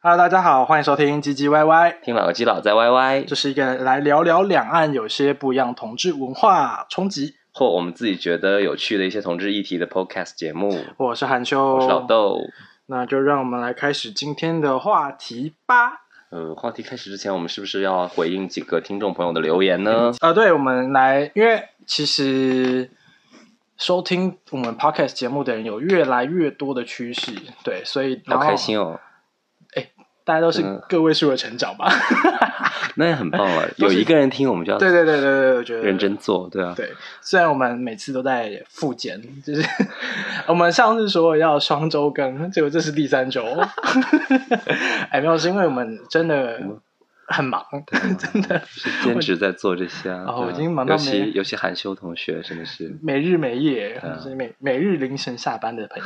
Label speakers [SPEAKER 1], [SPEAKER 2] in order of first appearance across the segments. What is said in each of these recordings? [SPEAKER 1] Hello，大家好，欢迎收听唧唧歪歪，
[SPEAKER 2] 听老基佬在 YY，
[SPEAKER 1] 这是一个来聊聊两岸有些不一样同志文化冲击。
[SPEAKER 2] 或我们自己觉得有趣的一些同志议题的 podcast 节目。
[SPEAKER 1] 我是韩修，
[SPEAKER 2] 我是老豆。
[SPEAKER 1] 那就让我们来开始今天的话题吧。
[SPEAKER 2] 呃，话题开始之前，我们是不是要回应几个听众朋友的留言呢？
[SPEAKER 1] 呃，对，我们来，因为其实收听我们 podcast 节目的人有越来越多的趋势，对，所以
[SPEAKER 2] 好开，
[SPEAKER 1] 然后
[SPEAKER 2] 心哦，
[SPEAKER 1] 大家都是
[SPEAKER 2] 嗯
[SPEAKER 1] 个位数的成长吧。
[SPEAKER 2] 那也很棒了。
[SPEAKER 1] 都
[SPEAKER 2] 有
[SPEAKER 1] 是
[SPEAKER 2] 一个人听，我们就 要
[SPEAKER 1] 对对对对对，我觉得
[SPEAKER 2] 认真做，对啊。
[SPEAKER 1] 对，虽然我们每次都在复检，就是 我们上次说要双周更，结果这是第三周。 哎，没有，是因为我们真的很忙。
[SPEAKER 2] 对 啊真的是兼职在做这些啊，
[SPEAKER 1] 哦
[SPEAKER 2] 对啊
[SPEAKER 1] 我已经忙到
[SPEAKER 2] 尤
[SPEAKER 1] 没
[SPEAKER 2] 其尤其韩修同学真的是，
[SPEAKER 1] 每日每夜，
[SPEAKER 2] 嗯
[SPEAKER 1] 就是每每日凌晨下班的朋友，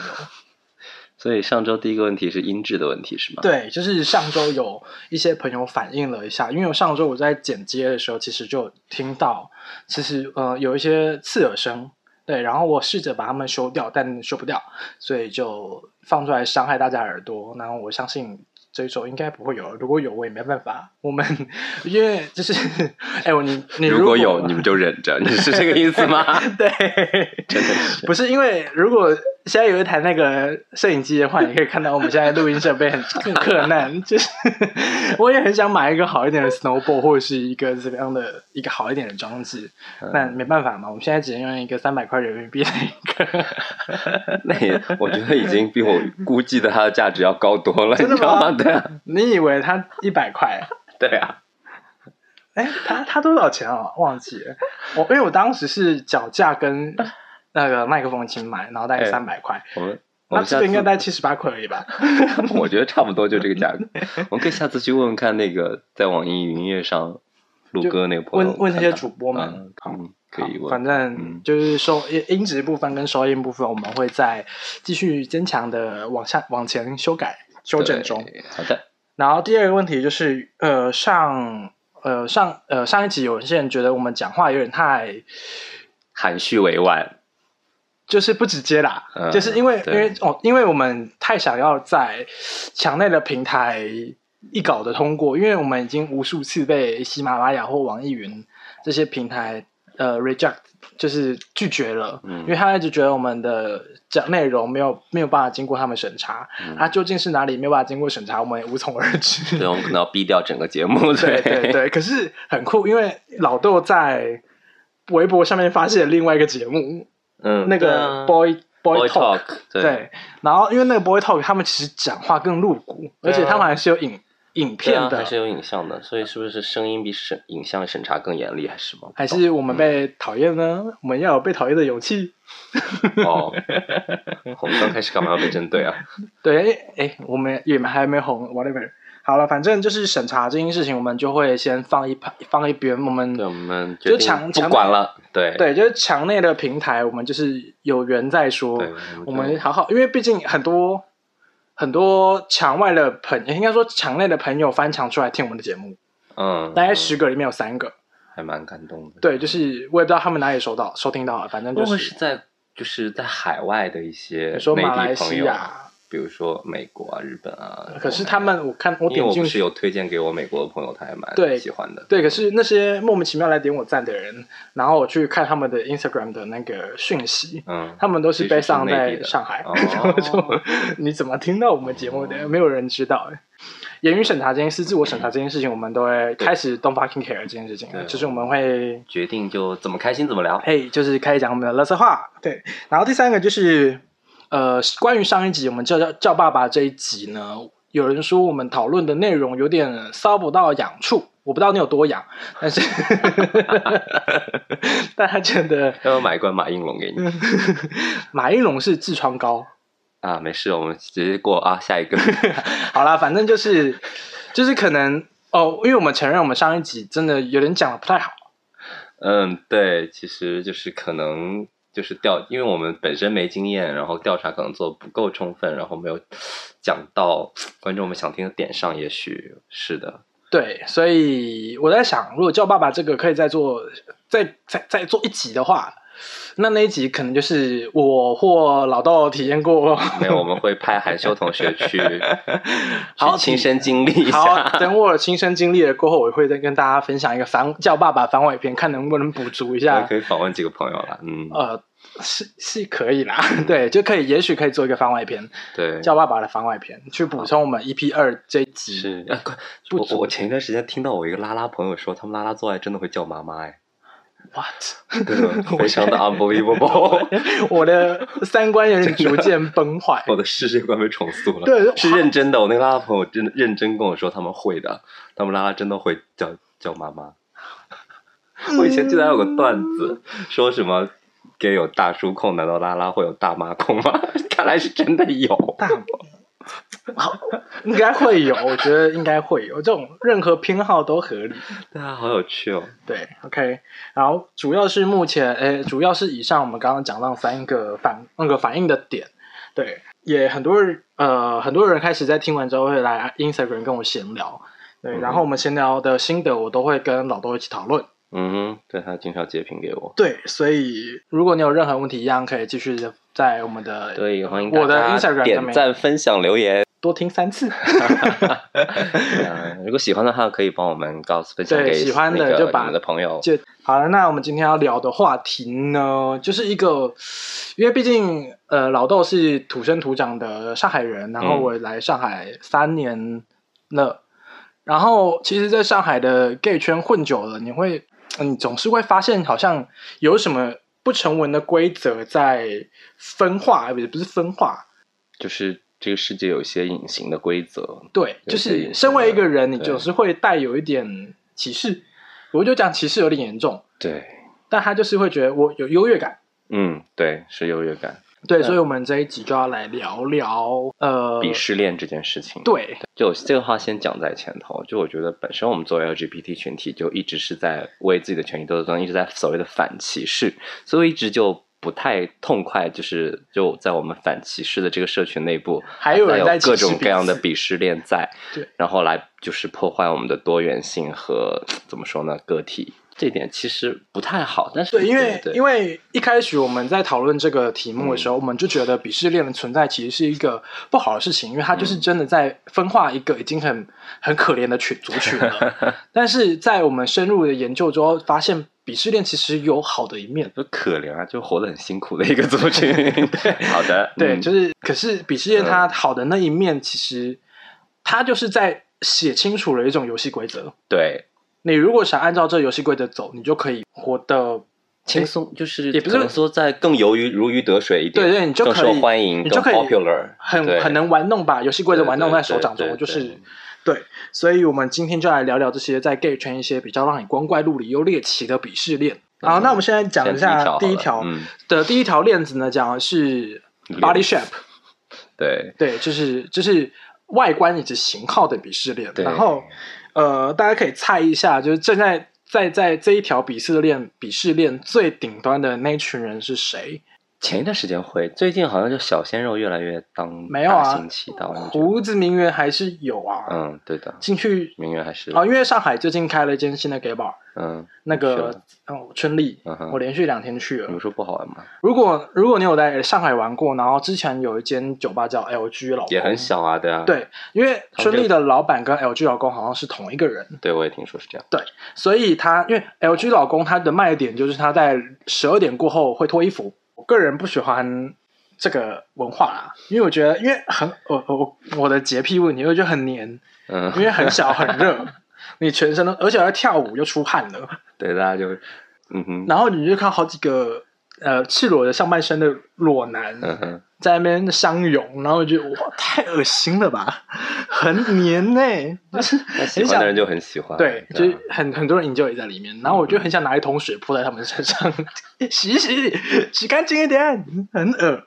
[SPEAKER 2] 所以上周第一个问题是音质的问题是吗？，
[SPEAKER 1] 对，就是上周有一些朋友反映了一下，因为我上周我在剪接的时候，其实就有听到，其实呃有一些刺耳声，对，然后我试着把它们修掉，但修不掉，所以就放出来伤害大家耳朵。然后我相信这一周应该不会有，如果有我也没办法。我们 因为就是， 哎，我你你
[SPEAKER 2] 如
[SPEAKER 1] 果
[SPEAKER 2] 果有你们就忍着，你是这个意思吗？
[SPEAKER 1] 对，
[SPEAKER 2] 真的是。
[SPEAKER 1] 不是因为如果现在有一台那个摄影机的话，你可以看到我们现在录音设备很很困难，就是 我也很想买一个好一点的 snowboard 或者是一个怎么样的一个好一点的装置，
[SPEAKER 2] 嗯
[SPEAKER 1] 但没办法嘛，我们现在只能用一个三百块人民币的一个，
[SPEAKER 2] 那也，我觉得已经比我估计的它的价值要高多了，你
[SPEAKER 1] 真的
[SPEAKER 2] 知道
[SPEAKER 1] 吗
[SPEAKER 2] 吗？对啊，
[SPEAKER 1] 你以为它一百块？
[SPEAKER 2] 对啊，
[SPEAKER 1] 哎，它它多少钱啊？忘记了，我因为我当时是脚架跟那个麦克风一起买，然后大概
[SPEAKER 2] 哎
[SPEAKER 1] 三百块，
[SPEAKER 2] 我们
[SPEAKER 1] 那
[SPEAKER 2] 我们
[SPEAKER 1] 这
[SPEAKER 2] 下
[SPEAKER 1] 个
[SPEAKER 2] 次
[SPEAKER 1] 应该大概七十八块而已吧？
[SPEAKER 2] 我觉得差不多就这个 价格，我们可以下次去问问看那个在网易云音乐上录歌那个朋友
[SPEAKER 1] 问问这些
[SPEAKER 2] 看看
[SPEAKER 1] 主播们
[SPEAKER 2] 嗯，
[SPEAKER 1] 好
[SPEAKER 2] 嗯可以
[SPEAKER 1] 好
[SPEAKER 2] 问，
[SPEAKER 1] 反正
[SPEAKER 2] 嗯
[SPEAKER 1] 就是收音音质部分跟收音部分，我们会再继续坚强的往下往前修改修正中。
[SPEAKER 2] 对。好的，
[SPEAKER 1] 然后第二个问题就是，呃，上呃上呃上一集有些人觉得我们讲话有点太
[SPEAKER 2] 含蓄委婉，
[SPEAKER 1] 就是不直接啦，
[SPEAKER 2] 嗯
[SPEAKER 1] 就是因为因
[SPEAKER 2] 对
[SPEAKER 1] 为哦，因为我们太想要在墙内的平台一稿的通过，因为我们已经无数次被喜马拉雅或网易云这些平台呃 reject，就是拒绝了，
[SPEAKER 2] 嗯
[SPEAKER 1] 因为他一直觉得我们的讲内容没有没有办法经过他们审查，
[SPEAKER 2] 嗯
[SPEAKER 1] 他究竟是哪里没有办法经过审查，我们也无从而知。
[SPEAKER 2] 对，我们可能要逼掉整个节目，
[SPEAKER 1] 对对对，可是很酷，因为老豆在微博上面发现另外一个节目，
[SPEAKER 2] 嗯，
[SPEAKER 1] 那
[SPEAKER 2] 对
[SPEAKER 1] 个
[SPEAKER 2] 啊
[SPEAKER 1] boy、boy
[SPEAKER 2] boy
[SPEAKER 1] talk。
[SPEAKER 2] talk，对啊
[SPEAKER 1] 对，然后因为那个 boy talk，他们其实讲话更露骨，而且
[SPEAKER 2] 对啊
[SPEAKER 1] 他们还是有影影
[SPEAKER 2] 对啊
[SPEAKER 1] 片的，
[SPEAKER 2] 还是有影像的，所以是不是声音比审影像审查更严厉，还是什么？
[SPEAKER 1] 还是我们
[SPEAKER 2] 嗯
[SPEAKER 1] 被讨厌呢？我们要有被讨厌的勇气。
[SPEAKER 2] 哦，我们刚开始干嘛要被针对啊？
[SPEAKER 1] 对，哎哎，我们也还没红，whatever。好了，反正就是审查这件事情，我们就会先放一旁，放一边。我们
[SPEAKER 2] 对，我们
[SPEAKER 1] 就
[SPEAKER 2] 决
[SPEAKER 1] 强
[SPEAKER 2] 定
[SPEAKER 1] 强
[SPEAKER 2] 不管了，对
[SPEAKER 1] 对，就是墙内的平台，我们就是有缘再说。
[SPEAKER 2] 对，
[SPEAKER 1] 我
[SPEAKER 2] 就
[SPEAKER 1] 们好好，因为毕竟很多很多墙外的朋应该说墙内的朋友翻墙出来听我们的节目，
[SPEAKER 2] 嗯，
[SPEAKER 1] 大概
[SPEAKER 2] 嗯
[SPEAKER 1] 十个里面有三个。
[SPEAKER 2] 还蛮感动的。
[SPEAKER 1] 对，就是我也不知道他们哪里收到收听到了，反正
[SPEAKER 2] 会
[SPEAKER 1] 就
[SPEAKER 2] 不会
[SPEAKER 1] 是
[SPEAKER 2] 是在就是在海外的一些
[SPEAKER 1] 你说
[SPEAKER 2] 内
[SPEAKER 1] 马来
[SPEAKER 2] 地朋
[SPEAKER 1] 西
[SPEAKER 2] 友，啊
[SPEAKER 1] 亚，
[SPEAKER 2] 比如说美国啊、日本啊，
[SPEAKER 1] 可是他们我看我
[SPEAKER 2] 因为
[SPEAKER 1] 点
[SPEAKER 2] 我
[SPEAKER 1] 进
[SPEAKER 2] 不是
[SPEAKER 1] 去，
[SPEAKER 2] 有推荐给我美国的朋友，他还蛮
[SPEAKER 1] 对
[SPEAKER 2] 喜欢的。
[SPEAKER 1] 对，可是那些莫名其妙来点我赞的人，然后我去看他们的 Instagram 的那个讯息。
[SPEAKER 2] 嗯，
[SPEAKER 1] 他们都是
[SPEAKER 2] 其实
[SPEAKER 1] 被
[SPEAKER 2] 是
[SPEAKER 1] 上
[SPEAKER 2] 内地
[SPEAKER 1] 在
[SPEAKER 2] 的
[SPEAKER 1] 上海，
[SPEAKER 2] 哦
[SPEAKER 1] 然后就你怎么听到我们节目的？没有人知道。哎言语审查这件事、自我审查这件事情，我们都会开始 don't fucking care 这件事情了，
[SPEAKER 2] 对
[SPEAKER 1] 就是我们哎会
[SPEAKER 2] 决定就怎么开心怎么聊。
[SPEAKER 1] 嘿，就是开始讲我们的乐色话。对，然后第三个就是，呃，关于上一集我们叫叫叫爸爸这一集呢，有人说我们讨论的内容有点搔不到痒处，我不知道你有多痒，但是， 但他觉得
[SPEAKER 2] 要不要买一罐马应龙给
[SPEAKER 1] 嗯
[SPEAKER 2] 你
[SPEAKER 1] 马应龙是痔疮膏。
[SPEAKER 2] 啊？没事，我们直接过啊，下一个。
[SPEAKER 1] 好啦，反正就是，就是可能哦，因为我们承认我们上一集真的有点讲的不太好，
[SPEAKER 2] 嗯，对，其实就是可能就是调，因为我们本身没经验，然后调查可能做得不够充分，然后没有讲到观众们想听的点上，也许是的。
[SPEAKER 1] 对，所以我在想，如果叫爸爸这个可以再做，再再再做一集的话，那那一集可能就是我或老豆体验过。
[SPEAKER 2] 没有，我们会派韩修同学 去，
[SPEAKER 1] 好
[SPEAKER 2] 去亲身经历 一 下。
[SPEAKER 1] 好，等我亲身经历了过后，我会再跟大家分享一个反叫爸爸反尾篇，看能不能补足一
[SPEAKER 2] 我也
[SPEAKER 1] 下
[SPEAKER 2] 可。以访问几个朋友了，嗯，
[SPEAKER 1] 呃，是是可以啦， 对，就可以，也许可以做一个番外篇，
[SPEAKER 2] 对，
[SPEAKER 1] 叫爸爸的番外篇，去补充我们 EP 二这一集。
[SPEAKER 2] 是啊，快
[SPEAKER 1] 嗯不
[SPEAKER 2] 我
[SPEAKER 1] 足
[SPEAKER 2] 我前一段时间听到我一个拉拉朋友说，他们拉拉做爱真的会叫妈 妈哎，
[SPEAKER 1] What？
[SPEAKER 2] 真的非常 的 unbelievable，
[SPEAKER 1] 我的三观有点逐渐崩坏。
[SPEAKER 2] 我的世界观被重塑了。
[SPEAKER 1] 对
[SPEAKER 2] 是
[SPEAKER 1] 哇
[SPEAKER 2] 认真的，我那个拉拉朋友真的认真跟我说他们会的，他们拉拉真的会叫叫妈妈。我以前记得还有个段子，
[SPEAKER 1] 嗯
[SPEAKER 2] 说什么给有大叔控，难道拉拉会有大妈控吗？ 看来是真的有。
[SPEAKER 1] 大，好， 应该会有，我觉得应该会有这种任何偏好都合理。
[SPEAKER 2] 对啊，好有趣哦。
[SPEAKER 1] 对，OK，然后主要是目前，诶，主要是以上我们刚刚讲到三个反那个反应的点，对，也很多人呃很多人开始在听完之后会来 Instagram 跟我闲聊，对，
[SPEAKER 2] 嗯
[SPEAKER 1] 然后我们闲聊的心得我都会跟老豆一起讨论，
[SPEAKER 2] 嗯哼，对他经常截屏给我。
[SPEAKER 1] 对，所以如果你有任何问题，一样可以继续在我们的
[SPEAKER 2] 对，欢迎
[SPEAKER 1] 我的
[SPEAKER 2] 大家
[SPEAKER 1] Instagram 上
[SPEAKER 2] 点
[SPEAKER 1] 面
[SPEAKER 2] 赞、分享、留言。
[SPEAKER 1] 多听三次，
[SPEAKER 2] 呃如果喜欢的话，可以帮我们告诉分享
[SPEAKER 1] 对
[SPEAKER 2] 给
[SPEAKER 1] 喜欢的
[SPEAKER 2] 那个
[SPEAKER 1] 就把
[SPEAKER 2] 你们的朋友。
[SPEAKER 1] 就好了，那我们今天要聊的话题呢，就是一个，因为毕竟呃老豆是土生土长的上海人，然后
[SPEAKER 2] 嗯
[SPEAKER 1] 我来上海三年了，然后其实在上海的 gay 圈混久了，你会你总是会发现好像有什么不成文的规则在分化，不是不是分化，
[SPEAKER 2] 就是这个世界有一些隐形的规则，
[SPEAKER 1] 对，
[SPEAKER 2] 有
[SPEAKER 1] 就
[SPEAKER 2] 些隐
[SPEAKER 1] 是
[SPEAKER 2] 形
[SPEAKER 1] 身为一
[SPEAKER 2] 的
[SPEAKER 1] 个人，你
[SPEAKER 2] 对
[SPEAKER 1] 总是会带有一点歧视，我就讲歧视有点严重，
[SPEAKER 2] 对，
[SPEAKER 1] 但他就是会觉得我有优越感。
[SPEAKER 2] 嗯，对，是优越感、
[SPEAKER 1] 对，
[SPEAKER 2] 对
[SPEAKER 1] 所以我们这一集就要来聊聊呃，
[SPEAKER 2] 鄙视链这件事情。，
[SPEAKER 1] 对
[SPEAKER 2] 就这个话先讲在前头。就我觉得本身我们作为 LGBT 群体，就一直是在为自己的权益斗争，一直在所谓的反歧视，所以我一直就。不太痛快，就是就在我们反歧视的这个社群内部，
[SPEAKER 1] 还有人在
[SPEAKER 2] 各种
[SPEAKER 1] 歧视
[SPEAKER 2] 各样的
[SPEAKER 1] 彼
[SPEAKER 2] 鄙视链在，
[SPEAKER 1] 对，
[SPEAKER 2] 然后来就是破坏我们的多元性和怎么说呢个体，这点其实不太好。但是
[SPEAKER 1] 对，因为
[SPEAKER 2] 对嗯
[SPEAKER 1] 因为一开始我们在讨论这个题目的时候，我们就觉得鄙视链的存在其实是一个不好的事情，因为它就是真的在分化一个已经很很可怜的群族群 了。但是在我们深入的研究之后，发现鄙视链其实有好的一面。
[SPEAKER 2] 就可怜啊，就活得很辛苦的一个族群。好的，
[SPEAKER 1] 对，
[SPEAKER 2] 嗯
[SPEAKER 1] 就是可是鄙视链它好的那一面，其实它就是在写清楚了一种游戏规则。
[SPEAKER 2] 对，
[SPEAKER 1] 你如果想按照这游戏规则走，你就可以活得
[SPEAKER 2] 轻松就是
[SPEAKER 1] 也不是
[SPEAKER 2] 可能说在更游于如鱼得水一点，
[SPEAKER 1] 对对你就
[SPEAKER 2] 更
[SPEAKER 1] 可以
[SPEAKER 2] 受欢迎，
[SPEAKER 1] 你就
[SPEAKER 2] 更
[SPEAKER 1] 可以
[SPEAKER 2] popular，
[SPEAKER 1] 很
[SPEAKER 2] 对
[SPEAKER 1] 很能玩弄把游戏规则玩弄在手掌
[SPEAKER 2] 对
[SPEAKER 1] 中，
[SPEAKER 2] 对对
[SPEAKER 1] 就是
[SPEAKER 2] 对
[SPEAKER 1] 对。所以我们今天就来聊聊这些在 gay 圈一些比较让你光怪陆离又猎奇的鄙视链。
[SPEAKER 2] 嗯
[SPEAKER 1] 好，那我们现在讲一下
[SPEAKER 2] 先
[SPEAKER 1] 第
[SPEAKER 2] 第
[SPEAKER 1] 一
[SPEAKER 2] 一
[SPEAKER 1] 条
[SPEAKER 2] 条好了嗯
[SPEAKER 1] 的第一条链子呢，讲的是
[SPEAKER 2] 链
[SPEAKER 1] body shape，
[SPEAKER 2] 对
[SPEAKER 1] 对，就是就是外观以及型号的鄙视链。
[SPEAKER 2] 对
[SPEAKER 1] 然后呃，大家可以猜一下，就是正在在在这一条鄙视链鄙视链最顶端的那群人是谁？
[SPEAKER 2] 前一段时间会，最近好像就小鲜肉越来越当
[SPEAKER 1] 没有啊
[SPEAKER 2] 大行其道，你觉得
[SPEAKER 1] 胡子名媛还是有啊，
[SPEAKER 2] 嗯，对的，
[SPEAKER 1] 进去
[SPEAKER 2] 名媛还是
[SPEAKER 1] 啊，因为上海最近开了一间新的 gay bar，
[SPEAKER 2] 嗯，
[SPEAKER 1] 那
[SPEAKER 2] 去
[SPEAKER 1] 个
[SPEAKER 2] 了
[SPEAKER 1] 哦春丽
[SPEAKER 2] 嗯哼，嗯
[SPEAKER 1] 我连续两天去
[SPEAKER 2] 你
[SPEAKER 1] 了
[SPEAKER 2] 们。说不好玩吗？
[SPEAKER 1] 如果如果你有在上海玩过，然后之前有一间酒吧叫 LG 老公，
[SPEAKER 2] 也很。小啊，对啊，
[SPEAKER 1] 对，因为
[SPEAKER 2] 他们
[SPEAKER 1] 春
[SPEAKER 2] 就
[SPEAKER 1] 丽的老板跟 LG 老公好像是同一个人，
[SPEAKER 2] 对，我也听说是这样，
[SPEAKER 1] 所以他因为 LG 老公他的卖点就是他在十二点过后会脱衣服。我个人不喜欢这个文化啦，因为我觉得因为很我我我的洁癖问题，我觉得很黏，
[SPEAKER 2] 嗯，
[SPEAKER 1] 因为很小很热，你全身都而且还跳舞又出汗了。
[SPEAKER 2] 对大家就嗯哼，
[SPEAKER 1] 然后你就看好几个呃赤裸的上半身的裸男
[SPEAKER 2] 嗯哼，
[SPEAKER 1] 在那边相拥，然后就哇太恶心了吧，很黏欸呢、就是
[SPEAKER 2] 那喜
[SPEAKER 1] 很
[SPEAKER 2] 欢
[SPEAKER 1] 想
[SPEAKER 2] 的人就很喜欢，
[SPEAKER 1] 对，就
[SPEAKER 2] 对
[SPEAKER 1] 是
[SPEAKER 2] 啊
[SPEAKER 1] 很很多人 enjoy 在里面，然后我就很想拿一桶水泼在他们身上，洗一洗洗干净一点，很恶。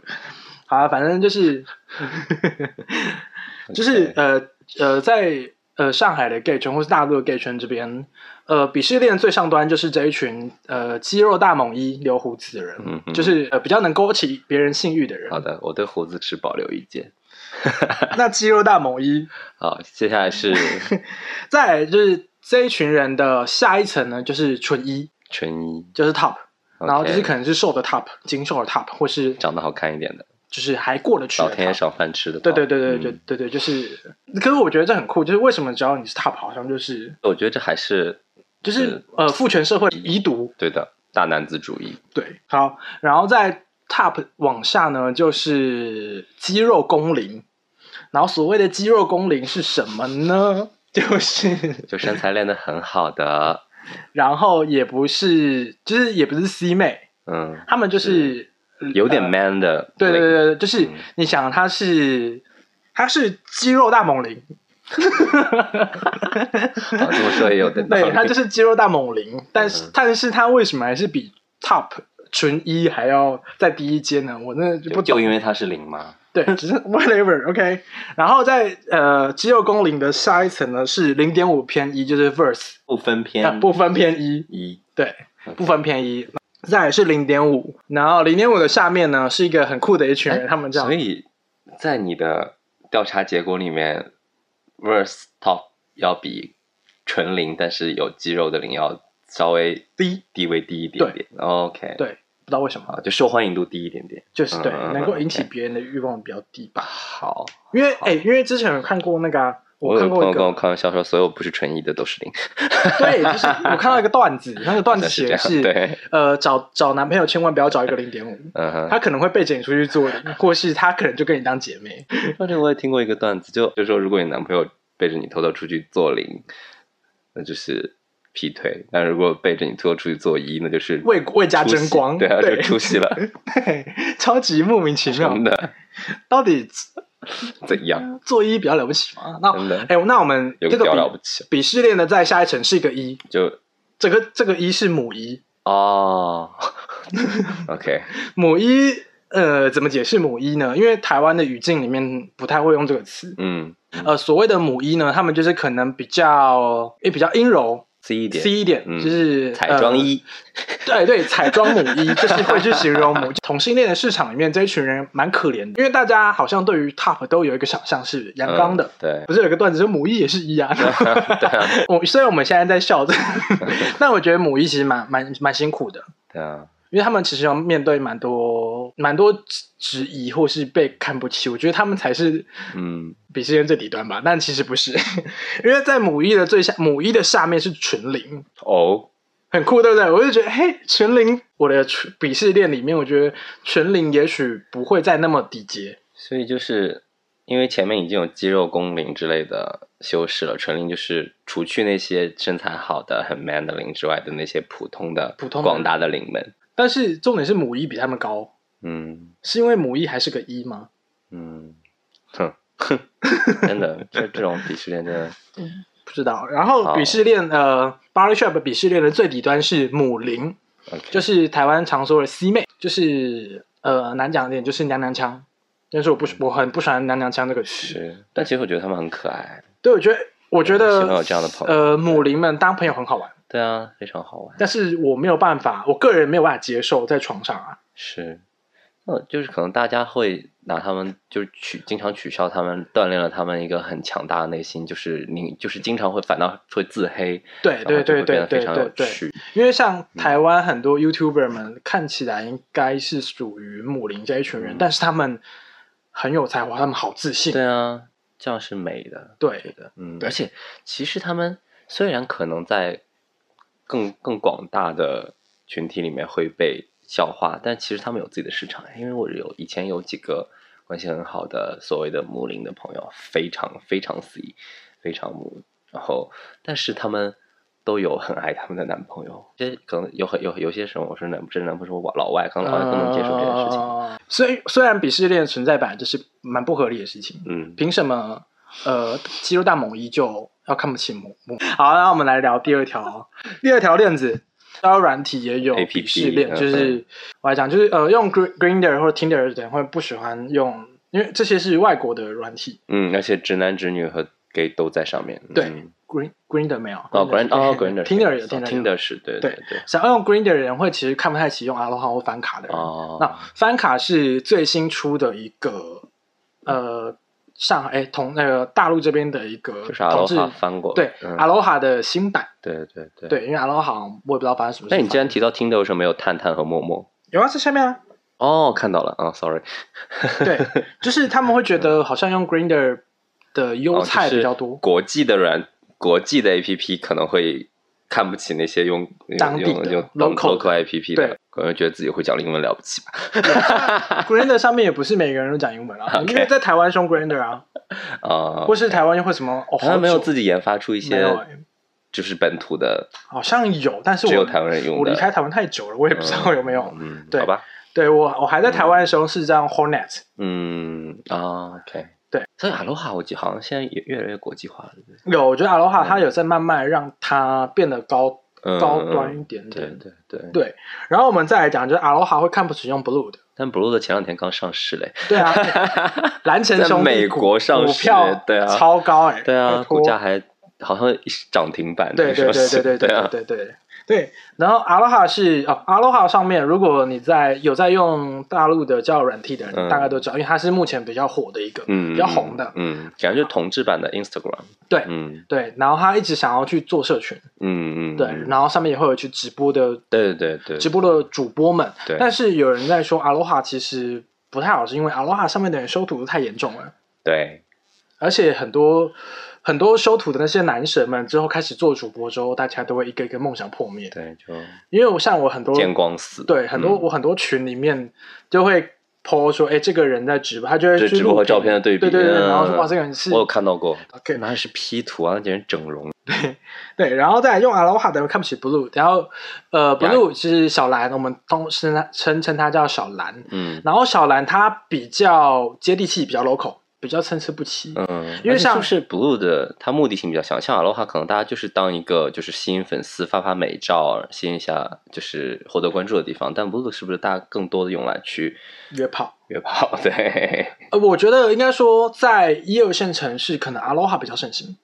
[SPEAKER 1] 好、啊，反正就是 就是呃呃，在呃上海的 gay 圈或是大陆的 gay 圈这边，呃，鄙视链最上端就是这一群呃肌肉大猛一、留胡子的人，
[SPEAKER 2] 嗯哼
[SPEAKER 1] 就是呃比较能勾起别人性欲的人
[SPEAKER 2] 好。的，我对胡子持保留意见。
[SPEAKER 1] 那肌肉大猛一，
[SPEAKER 2] 好，接下 来是
[SPEAKER 1] 再来就是这一群人的下一层呢，就是纯一，
[SPEAKER 2] 纯一，
[SPEAKER 1] 就是 top。然后就是
[SPEAKER 2] OK
[SPEAKER 1] 可能是瘦的 top，精瘦的 top，或是
[SPEAKER 2] 长得好看一点的，
[SPEAKER 1] 就是还过得去
[SPEAKER 2] 老
[SPEAKER 1] 的
[SPEAKER 2] 天爷
[SPEAKER 1] top。
[SPEAKER 2] 赏饭吃的吧。
[SPEAKER 1] 对对对对对
[SPEAKER 2] 嗯
[SPEAKER 1] 对对，就是，可是我觉得这很酷，就是为什么只要你是 top，好像就是
[SPEAKER 2] 我觉得这还是
[SPEAKER 1] 就是呃父权社会遗毒，
[SPEAKER 2] 对的，大男子主义。
[SPEAKER 1] 对，好，然后在 top 往下呢，就是肌肉工龄。然后所谓的肌肉工龄是什么呢？ 就是，
[SPEAKER 2] 就身材练得很好 的，
[SPEAKER 1] 然后也不是，就是也不是 C 妹，
[SPEAKER 2] 嗯，
[SPEAKER 1] 他们就是
[SPEAKER 2] 有点
[SPEAKER 1] 呃
[SPEAKER 2] man 的
[SPEAKER 1] 对
[SPEAKER 2] 那个、
[SPEAKER 1] 对对对，就是
[SPEAKER 2] 嗯
[SPEAKER 1] 你想他是他是肌肉大猛灵，
[SPEAKER 2] 啊，这么说也有点道 理。
[SPEAKER 1] 对他就是肌肉大猛灵，但是、
[SPEAKER 2] 嗯
[SPEAKER 1] 但是他为什么还是比 top 纯一还要在第一阶呢？我那
[SPEAKER 2] 就
[SPEAKER 1] 不懂
[SPEAKER 2] 就。因为他是零嘛，
[SPEAKER 1] 对，只是 whatever OK。然后在呃肌肉工龄的下一层呢是零点五偏一，就是 verse、
[SPEAKER 2] 不分偏、
[SPEAKER 1] 啊、不分偏一，
[SPEAKER 2] 一，
[SPEAKER 1] 对，
[SPEAKER 2] 嗯 OK
[SPEAKER 1] 不分偏一。再来是零点五，然后零点五的下面呢是一个很酷的一群人，他们叫
[SPEAKER 2] 哎所以在你的调查结果里面，verse top 要比纯零但是有肌肉的零要稍微
[SPEAKER 1] 低，
[SPEAKER 2] 地位低一点点。OK，
[SPEAKER 1] 对，不知道为什么，
[SPEAKER 2] 啊，就受欢迎度低一点点。
[SPEAKER 1] 就是对，
[SPEAKER 2] 嗯嗯嗯
[SPEAKER 1] 能够引起
[SPEAKER 2] OK
[SPEAKER 1] 别人的欲望比较低吧。
[SPEAKER 2] 好，
[SPEAKER 1] 因为哎、因为之前有看过那个啊、
[SPEAKER 2] 我
[SPEAKER 1] 看
[SPEAKER 2] 有朋
[SPEAKER 1] 过
[SPEAKER 2] 友
[SPEAKER 1] 一
[SPEAKER 2] 跟我
[SPEAKER 1] 个，
[SPEAKER 2] 开玩笑说，所有不是纯一的 都是零，
[SPEAKER 1] 对，就是我看到一个段子，那个段子
[SPEAKER 2] 但是
[SPEAKER 1] 写
[SPEAKER 2] 这
[SPEAKER 1] 的是，
[SPEAKER 2] 样对，
[SPEAKER 1] 呃，找找男朋友千万不要找一个零点五，
[SPEAKER 2] 嗯哼。
[SPEAKER 1] 他可能会被剪出去做零，或是他可能就跟你当姐妹。
[SPEAKER 2] 而且我也听过一个段子，就就说如果你男朋友背着你偷偷出去做零，那就是劈腿；但如果背着你偷偷出去做一，那就是
[SPEAKER 1] 为为家
[SPEAKER 2] 出
[SPEAKER 1] 争
[SPEAKER 2] 息
[SPEAKER 1] 光
[SPEAKER 2] 对啊，
[SPEAKER 1] 对
[SPEAKER 2] 就出息 了，
[SPEAKER 1] 对，超级莫名其妙
[SPEAKER 2] 真。的
[SPEAKER 1] 到底
[SPEAKER 2] 怎样？
[SPEAKER 1] 做一比较了不起吗？那
[SPEAKER 2] 真的
[SPEAKER 1] 哎、那我们
[SPEAKER 2] 有
[SPEAKER 1] 这
[SPEAKER 2] 个
[SPEAKER 1] 个
[SPEAKER 2] 比较了不
[SPEAKER 1] 鄙
[SPEAKER 2] 起，啊
[SPEAKER 1] 鄙视链的在下一层是一个一，
[SPEAKER 2] 就
[SPEAKER 1] 这个这个一是母一，
[SPEAKER 2] 哦 ，OK，
[SPEAKER 1] 母一呃怎么解释母一呢？因为台湾的语境里面不太会用这个词。
[SPEAKER 2] 嗯
[SPEAKER 1] 呃，所谓的母一呢，他们就是可能比较也比较阴柔
[SPEAKER 2] ，C 一点
[SPEAKER 1] ，C 一点，
[SPEAKER 2] 嗯
[SPEAKER 1] 就是
[SPEAKER 2] 彩妆、一，
[SPEAKER 1] 呃对对，彩妆母一， 就是会去形容母同性恋的市场里面这一群人蛮可怜的，因为大家好像对于 top 都有一个想象是阳刚的。
[SPEAKER 2] 嗯对，
[SPEAKER 1] 不是有个段子说母一也是一啊？
[SPEAKER 2] 对啊，
[SPEAKER 1] 我虽然我们现在在笑 着，但我觉得母一其实蛮蛮蛮辛苦的，
[SPEAKER 2] 对啊，
[SPEAKER 1] 因为他们其实要面对蛮多蛮多质质疑或是被看不起，我觉得他们才是
[SPEAKER 2] 嗯，
[SPEAKER 1] 鄙视链最底端吧，但其实不是， 因为在母一的最下母一的下面是群零，
[SPEAKER 2] 哦，
[SPEAKER 1] 很酷，对不对？我就觉得，嘿，群零，我的群鄙视链里面，我觉得群零也许不会再那么低阶，
[SPEAKER 2] 所以就是因为前面已经有肌肉工龄之类的修饰了，纯龄就是除去那些身材好的、很 man 的龄之外的那些普通的、
[SPEAKER 1] 普通的
[SPEAKER 2] 广大的龄们。
[SPEAKER 1] 但是重点是母一比他们高，
[SPEAKER 2] 嗯
[SPEAKER 1] 是因为母一还是个一吗？
[SPEAKER 2] 嗯，哼哼，真的，这这种鄙视链真的，
[SPEAKER 1] 不知道。然后
[SPEAKER 2] 好
[SPEAKER 1] 鄙视链，呃，Body Shop 鄙视链的最底端是母零，
[SPEAKER 2] OK，
[SPEAKER 1] 就是台湾常说的 C 妹，就是呃难讲一点，就是娘娘腔。但是我不喜，我很不喜欢娘娘腔这个词。
[SPEAKER 2] 是，但其实我觉得他们很可爱。
[SPEAKER 1] 对，我觉得，我觉
[SPEAKER 2] 希望
[SPEAKER 1] 得
[SPEAKER 2] 有这样的朋友。
[SPEAKER 1] 呃母零们当朋友很好玩，
[SPEAKER 2] 对啊，非常好玩。
[SPEAKER 1] 但是我没有办法，我个人没有办法接受在床上啊。
[SPEAKER 2] 是，那就是可能大家会拿他们，就是取经常取笑他们，锻炼了他们一个很强大的内心，就是你就是经常会反倒会自黑，
[SPEAKER 1] 对
[SPEAKER 2] 然
[SPEAKER 1] 对
[SPEAKER 2] 后就
[SPEAKER 1] 对
[SPEAKER 2] 会变
[SPEAKER 1] 对
[SPEAKER 2] 得非
[SPEAKER 1] 对
[SPEAKER 2] 常
[SPEAKER 1] 对
[SPEAKER 2] 有
[SPEAKER 1] 对，
[SPEAKER 2] 趣。
[SPEAKER 1] 因为像台湾很多 YouTuber 们看起来应该是属于母林这一群人，
[SPEAKER 2] 嗯
[SPEAKER 1] 但是他们很有才华，他们好自信。
[SPEAKER 2] 对啊，这样是美的，
[SPEAKER 1] 对
[SPEAKER 2] 的，嗯，
[SPEAKER 1] 对
[SPEAKER 2] 而且其实他们虽然可能在更更广大的群体里面会被笑话，但其实他们有自己的市场，因为我有以前有几个关系很好的所谓的母零的朋友，非常非常 C，非常母，然后但是他们。都有很爱他们的男朋友，这可能有很有有些时候我是男，这男朋友是我老外，可能老外更能接受这件事情。
[SPEAKER 1] 呃虽虽然鄙视链存在本来就是蛮不合理的事情，
[SPEAKER 2] 嗯，
[SPEAKER 1] 凭什么呃肌肉大猛一就要看不起母母？好，那我们来聊第二条哦， 第二条链子。交友软体也有
[SPEAKER 2] APP
[SPEAKER 1] 鄙视链，
[SPEAKER 2] 嗯
[SPEAKER 1] 就是我来讲，就是呃，用 Gr- Grinder 或者 Tinder 的人会不喜欢用，因为这些是外国的软体，
[SPEAKER 2] 嗯，而且直男直女和 gay 都在上面。
[SPEAKER 1] 对
[SPEAKER 2] 嗯
[SPEAKER 1] Green Grinder 没有
[SPEAKER 2] 哦 g r i n d 哦 g r i n d
[SPEAKER 1] Tinder 有
[SPEAKER 2] Tinder
[SPEAKER 1] 有
[SPEAKER 2] 有是对
[SPEAKER 1] 对
[SPEAKER 2] 对
[SPEAKER 1] 想要用 Grinder 的人会其实看不太起用 Aloha 或反哦卡的人。
[SPEAKER 2] 哦，
[SPEAKER 1] 那翻卡是最新出的一个呃上海哎同那个大陆这边的一个
[SPEAKER 2] 就是阿罗
[SPEAKER 1] 同志
[SPEAKER 2] 哈翻过，
[SPEAKER 1] 对
[SPEAKER 2] 嗯
[SPEAKER 1] 阿罗哈的新版，
[SPEAKER 2] 对对对。
[SPEAKER 1] 对，因为阿罗哈我也不知道发生什么事。
[SPEAKER 2] 那你既然提到听的，为什么没有探探和陌陌？
[SPEAKER 1] 有啊，在下面啊，
[SPEAKER 2] 哦，看到了啊，sorry，
[SPEAKER 1] 对，就是他们会觉得好像用 Grinder 的优
[SPEAKER 2] 哦
[SPEAKER 1] 菜
[SPEAKER 2] 就是
[SPEAKER 1] 比较多，
[SPEAKER 2] 国际的软，国际的 APP 可能会看不起那些用用
[SPEAKER 1] 当地的
[SPEAKER 2] 用用
[SPEAKER 1] local 的
[SPEAKER 2] local APP
[SPEAKER 1] 对
[SPEAKER 2] 的，可能觉得自己会讲英文了不起吧？
[SPEAKER 1] Grinder 上面也不是每个人都讲英文啊， 因为在台湾是用 Grinder 啊，
[SPEAKER 2] 啊，
[SPEAKER 1] 或是台湾又会什么哦，
[SPEAKER 2] 台湾没有自
[SPEAKER 1] 己
[SPEAKER 2] 己研发出一
[SPEAKER 1] 没
[SPEAKER 2] 些
[SPEAKER 1] 有哎
[SPEAKER 2] 就是本土的，
[SPEAKER 1] 好像有，但是
[SPEAKER 2] 只有
[SPEAKER 1] 我
[SPEAKER 2] 台湾人用的。
[SPEAKER 1] 我离开台湾太久了，我也不知道有没有。
[SPEAKER 2] 嗯，
[SPEAKER 1] 对
[SPEAKER 2] 好吧，
[SPEAKER 1] 对我我还在台湾的时候是这样 Hornet，
[SPEAKER 2] 嗯啊，OK，
[SPEAKER 1] 对，
[SPEAKER 2] 所以 Aloha 我记得好像现在也越来越国际化了，对不对
[SPEAKER 1] 有我觉得 Aloha 它有在慢慢让它变得高
[SPEAKER 2] 嗯
[SPEAKER 1] 高端一
[SPEAKER 2] 嗯
[SPEAKER 1] 点
[SPEAKER 2] 对
[SPEAKER 1] 点。
[SPEAKER 2] 对对。
[SPEAKER 1] 对，然后我们再来讲，就是 Aloha 会看不起用 Blue 的，
[SPEAKER 2] 但 Blue 的前两天刚上市嘞，
[SPEAKER 1] 对 啊，哎蓝城兄弟
[SPEAKER 2] 在美国上市
[SPEAKER 1] 股票
[SPEAKER 2] 对啊
[SPEAKER 1] 超高哎，
[SPEAKER 2] 对啊，
[SPEAKER 1] 拜托
[SPEAKER 2] 股价还好像是涨停板的
[SPEAKER 1] 对对
[SPEAKER 2] 上
[SPEAKER 1] 对
[SPEAKER 2] 市，
[SPEAKER 1] 对对对
[SPEAKER 2] 啊，
[SPEAKER 1] 对对对对。然后 Aloha 是哦，Aloha 上面，如果你在有在用大陆的交友软体的人，
[SPEAKER 2] 嗯
[SPEAKER 1] 大概都知道，因为它是目前比较火的一个，
[SPEAKER 2] 嗯，
[SPEAKER 1] 比较红的，
[SPEAKER 2] 嗯，嗯感觉就是同志版的 Instagram，
[SPEAKER 1] 对
[SPEAKER 2] 嗯
[SPEAKER 1] 对。然后他一直想要去做社群，
[SPEAKER 2] 嗯嗯，
[SPEAKER 1] 对，
[SPEAKER 2] 嗯
[SPEAKER 1] 然后上面也会有去直播的
[SPEAKER 2] 对对对，
[SPEAKER 1] 直播的主播们，
[SPEAKER 2] 对
[SPEAKER 1] 但是有人在说 Aloha 其实不太好，是因为 Aloha 上面的人修图太严重了，
[SPEAKER 2] 对，
[SPEAKER 1] 而且很多。很多修图的那些男神们之后开始做主播之后，大家都会一个一个梦想破灭。
[SPEAKER 2] 对就
[SPEAKER 1] 因为我像我很多
[SPEAKER 2] 见光死，
[SPEAKER 1] 对，很多、
[SPEAKER 2] 嗯
[SPEAKER 1] 我很多群里面就会 po 说，哎，这个人在直播，他就会
[SPEAKER 2] 这
[SPEAKER 1] 去
[SPEAKER 2] 直播和
[SPEAKER 1] 录屏
[SPEAKER 2] 照片的对比，
[SPEAKER 1] 对对对，
[SPEAKER 2] 嗯
[SPEAKER 1] 然后说哇，这个人是
[SPEAKER 2] 我有看到过，
[SPEAKER 1] OK
[SPEAKER 2] 那是 P 图啊，那简直整容，
[SPEAKER 1] 对，然后再来用 Aloha 的人看不起 Blue，然后呃
[SPEAKER 2] 呀
[SPEAKER 1] ，Blue 是小蓝，我们通称他称称他叫小蓝，
[SPEAKER 2] 嗯
[SPEAKER 1] 然后小蓝他比较接地气，比较 local，比较参差不齐，
[SPEAKER 2] 嗯，
[SPEAKER 1] 因为
[SPEAKER 2] 而且
[SPEAKER 1] 像
[SPEAKER 2] 是不是 Blue 的，它目的性比较强，像 Aloha 可能大家就是当一个就是吸引粉丝发发美照，吸引一下就是获得关注的地方，但 Blue 是不是大家更多的用来去
[SPEAKER 1] 约炮。
[SPEAKER 2] 约炮？ 对，
[SPEAKER 1] 呃，我觉得应该说在一二线城市，可能 Aloha 比较盛行，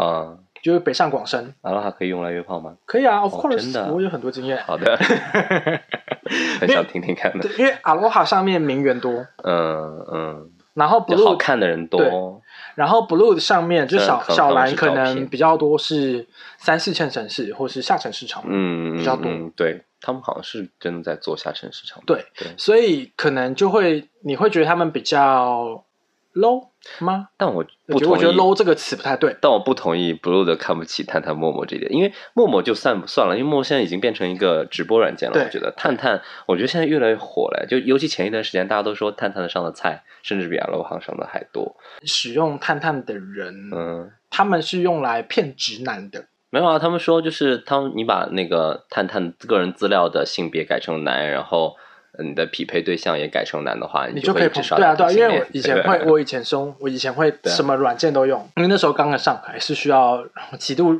[SPEAKER 2] 嗯
[SPEAKER 1] 就是北上广深。
[SPEAKER 2] ，Aloha 可以用来约炮吗？
[SPEAKER 1] 可以啊，of
[SPEAKER 2] 哦
[SPEAKER 1] course，、
[SPEAKER 2] 真的啊
[SPEAKER 1] 我有很多经验。
[SPEAKER 2] 好的， 很想听听看的
[SPEAKER 1] 对。，因为 Aloha 上面名媛多，
[SPEAKER 2] 嗯嗯，
[SPEAKER 1] 然后
[SPEAKER 2] 就
[SPEAKER 1] Blue
[SPEAKER 2] 好看的人多。
[SPEAKER 1] 然后 Blue 上面就
[SPEAKER 2] 虽然
[SPEAKER 1] 小
[SPEAKER 2] 可能
[SPEAKER 1] 小蓝
[SPEAKER 2] 是
[SPEAKER 1] 可
[SPEAKER 2] 照
[SPEAKER 1] 能
[SPEAKER 2] 片
[SPEAKER 1] 比较多是三四线城市或是下沉市场，
[SPEAKER 2] 嗯，
[SPEAKER 1] 比较多
[SPEAKER 2] 嗯对他们好像是真的在做下沉市场。
[SPEAKER 1] 对
[SPEAKER 2] 对，
[SPEAKER 1] 所以可能就会你会觉得他们比较 low 吗？
[SPEAKER 2] 但我
[SPEAKER 1] 我
[SPEAKER 2] 不
[SPEAKER 1] 觉得我
[SPEAKER 2] 同
[SPEAKER 1] 觉得
[SPEAKER 2] 意。
[SPEAKER 1] low 这个词不太对，
[SPEAKER 2] 但我不同意 Blue 的看不起探探、陌陌这一点，因为陌陌就算算了，因为陌陌现在已经变成一个直播软件了。
[SPEAKER 1] 对
[SPEAKER 2] 我觉得探探，我觉得现在越来越火了，就尤其前一段时间，大家都说探探上的菜甚至比 Aloha 上的还多。
[SPEAKER 1] 使用探探的人，
[SPEAKER 2] 嗯，
[SPEAKER 1] 他们是用来骗直男的，
[SPEAKER 2] 没有啊，他们说就是他们，你把那个探探个人资料的性别改成男，然后呃你的匹配对象也改成男的话，
[SPEAKER 1] 你
[SPEAKER 2] 就
[SPEAKER 1] 可
[SPEAKER 2] 会
[SPEAKER 1] 以
[SPEAKER 2] 一直
[SPEAKER 1] 碰
[SPEAKER 2] 刷
[SPEAKER 1] 对啊对
[SPEAKER 2] 到
[SPEAKER 1] 啊，
[SPEAKER 2] 同
[SPEAKER 1] 因
[SPEAKER 2] 性
[SPEAKER 1] 为我
[SPEAKER 2] 恋
[SPEAKER 1] 以前会我以前是用我以前会
[SPEAKER 2] 啊
[SPEAKER 1] 什么软件都用，因为那时候刚刚上来是需要极度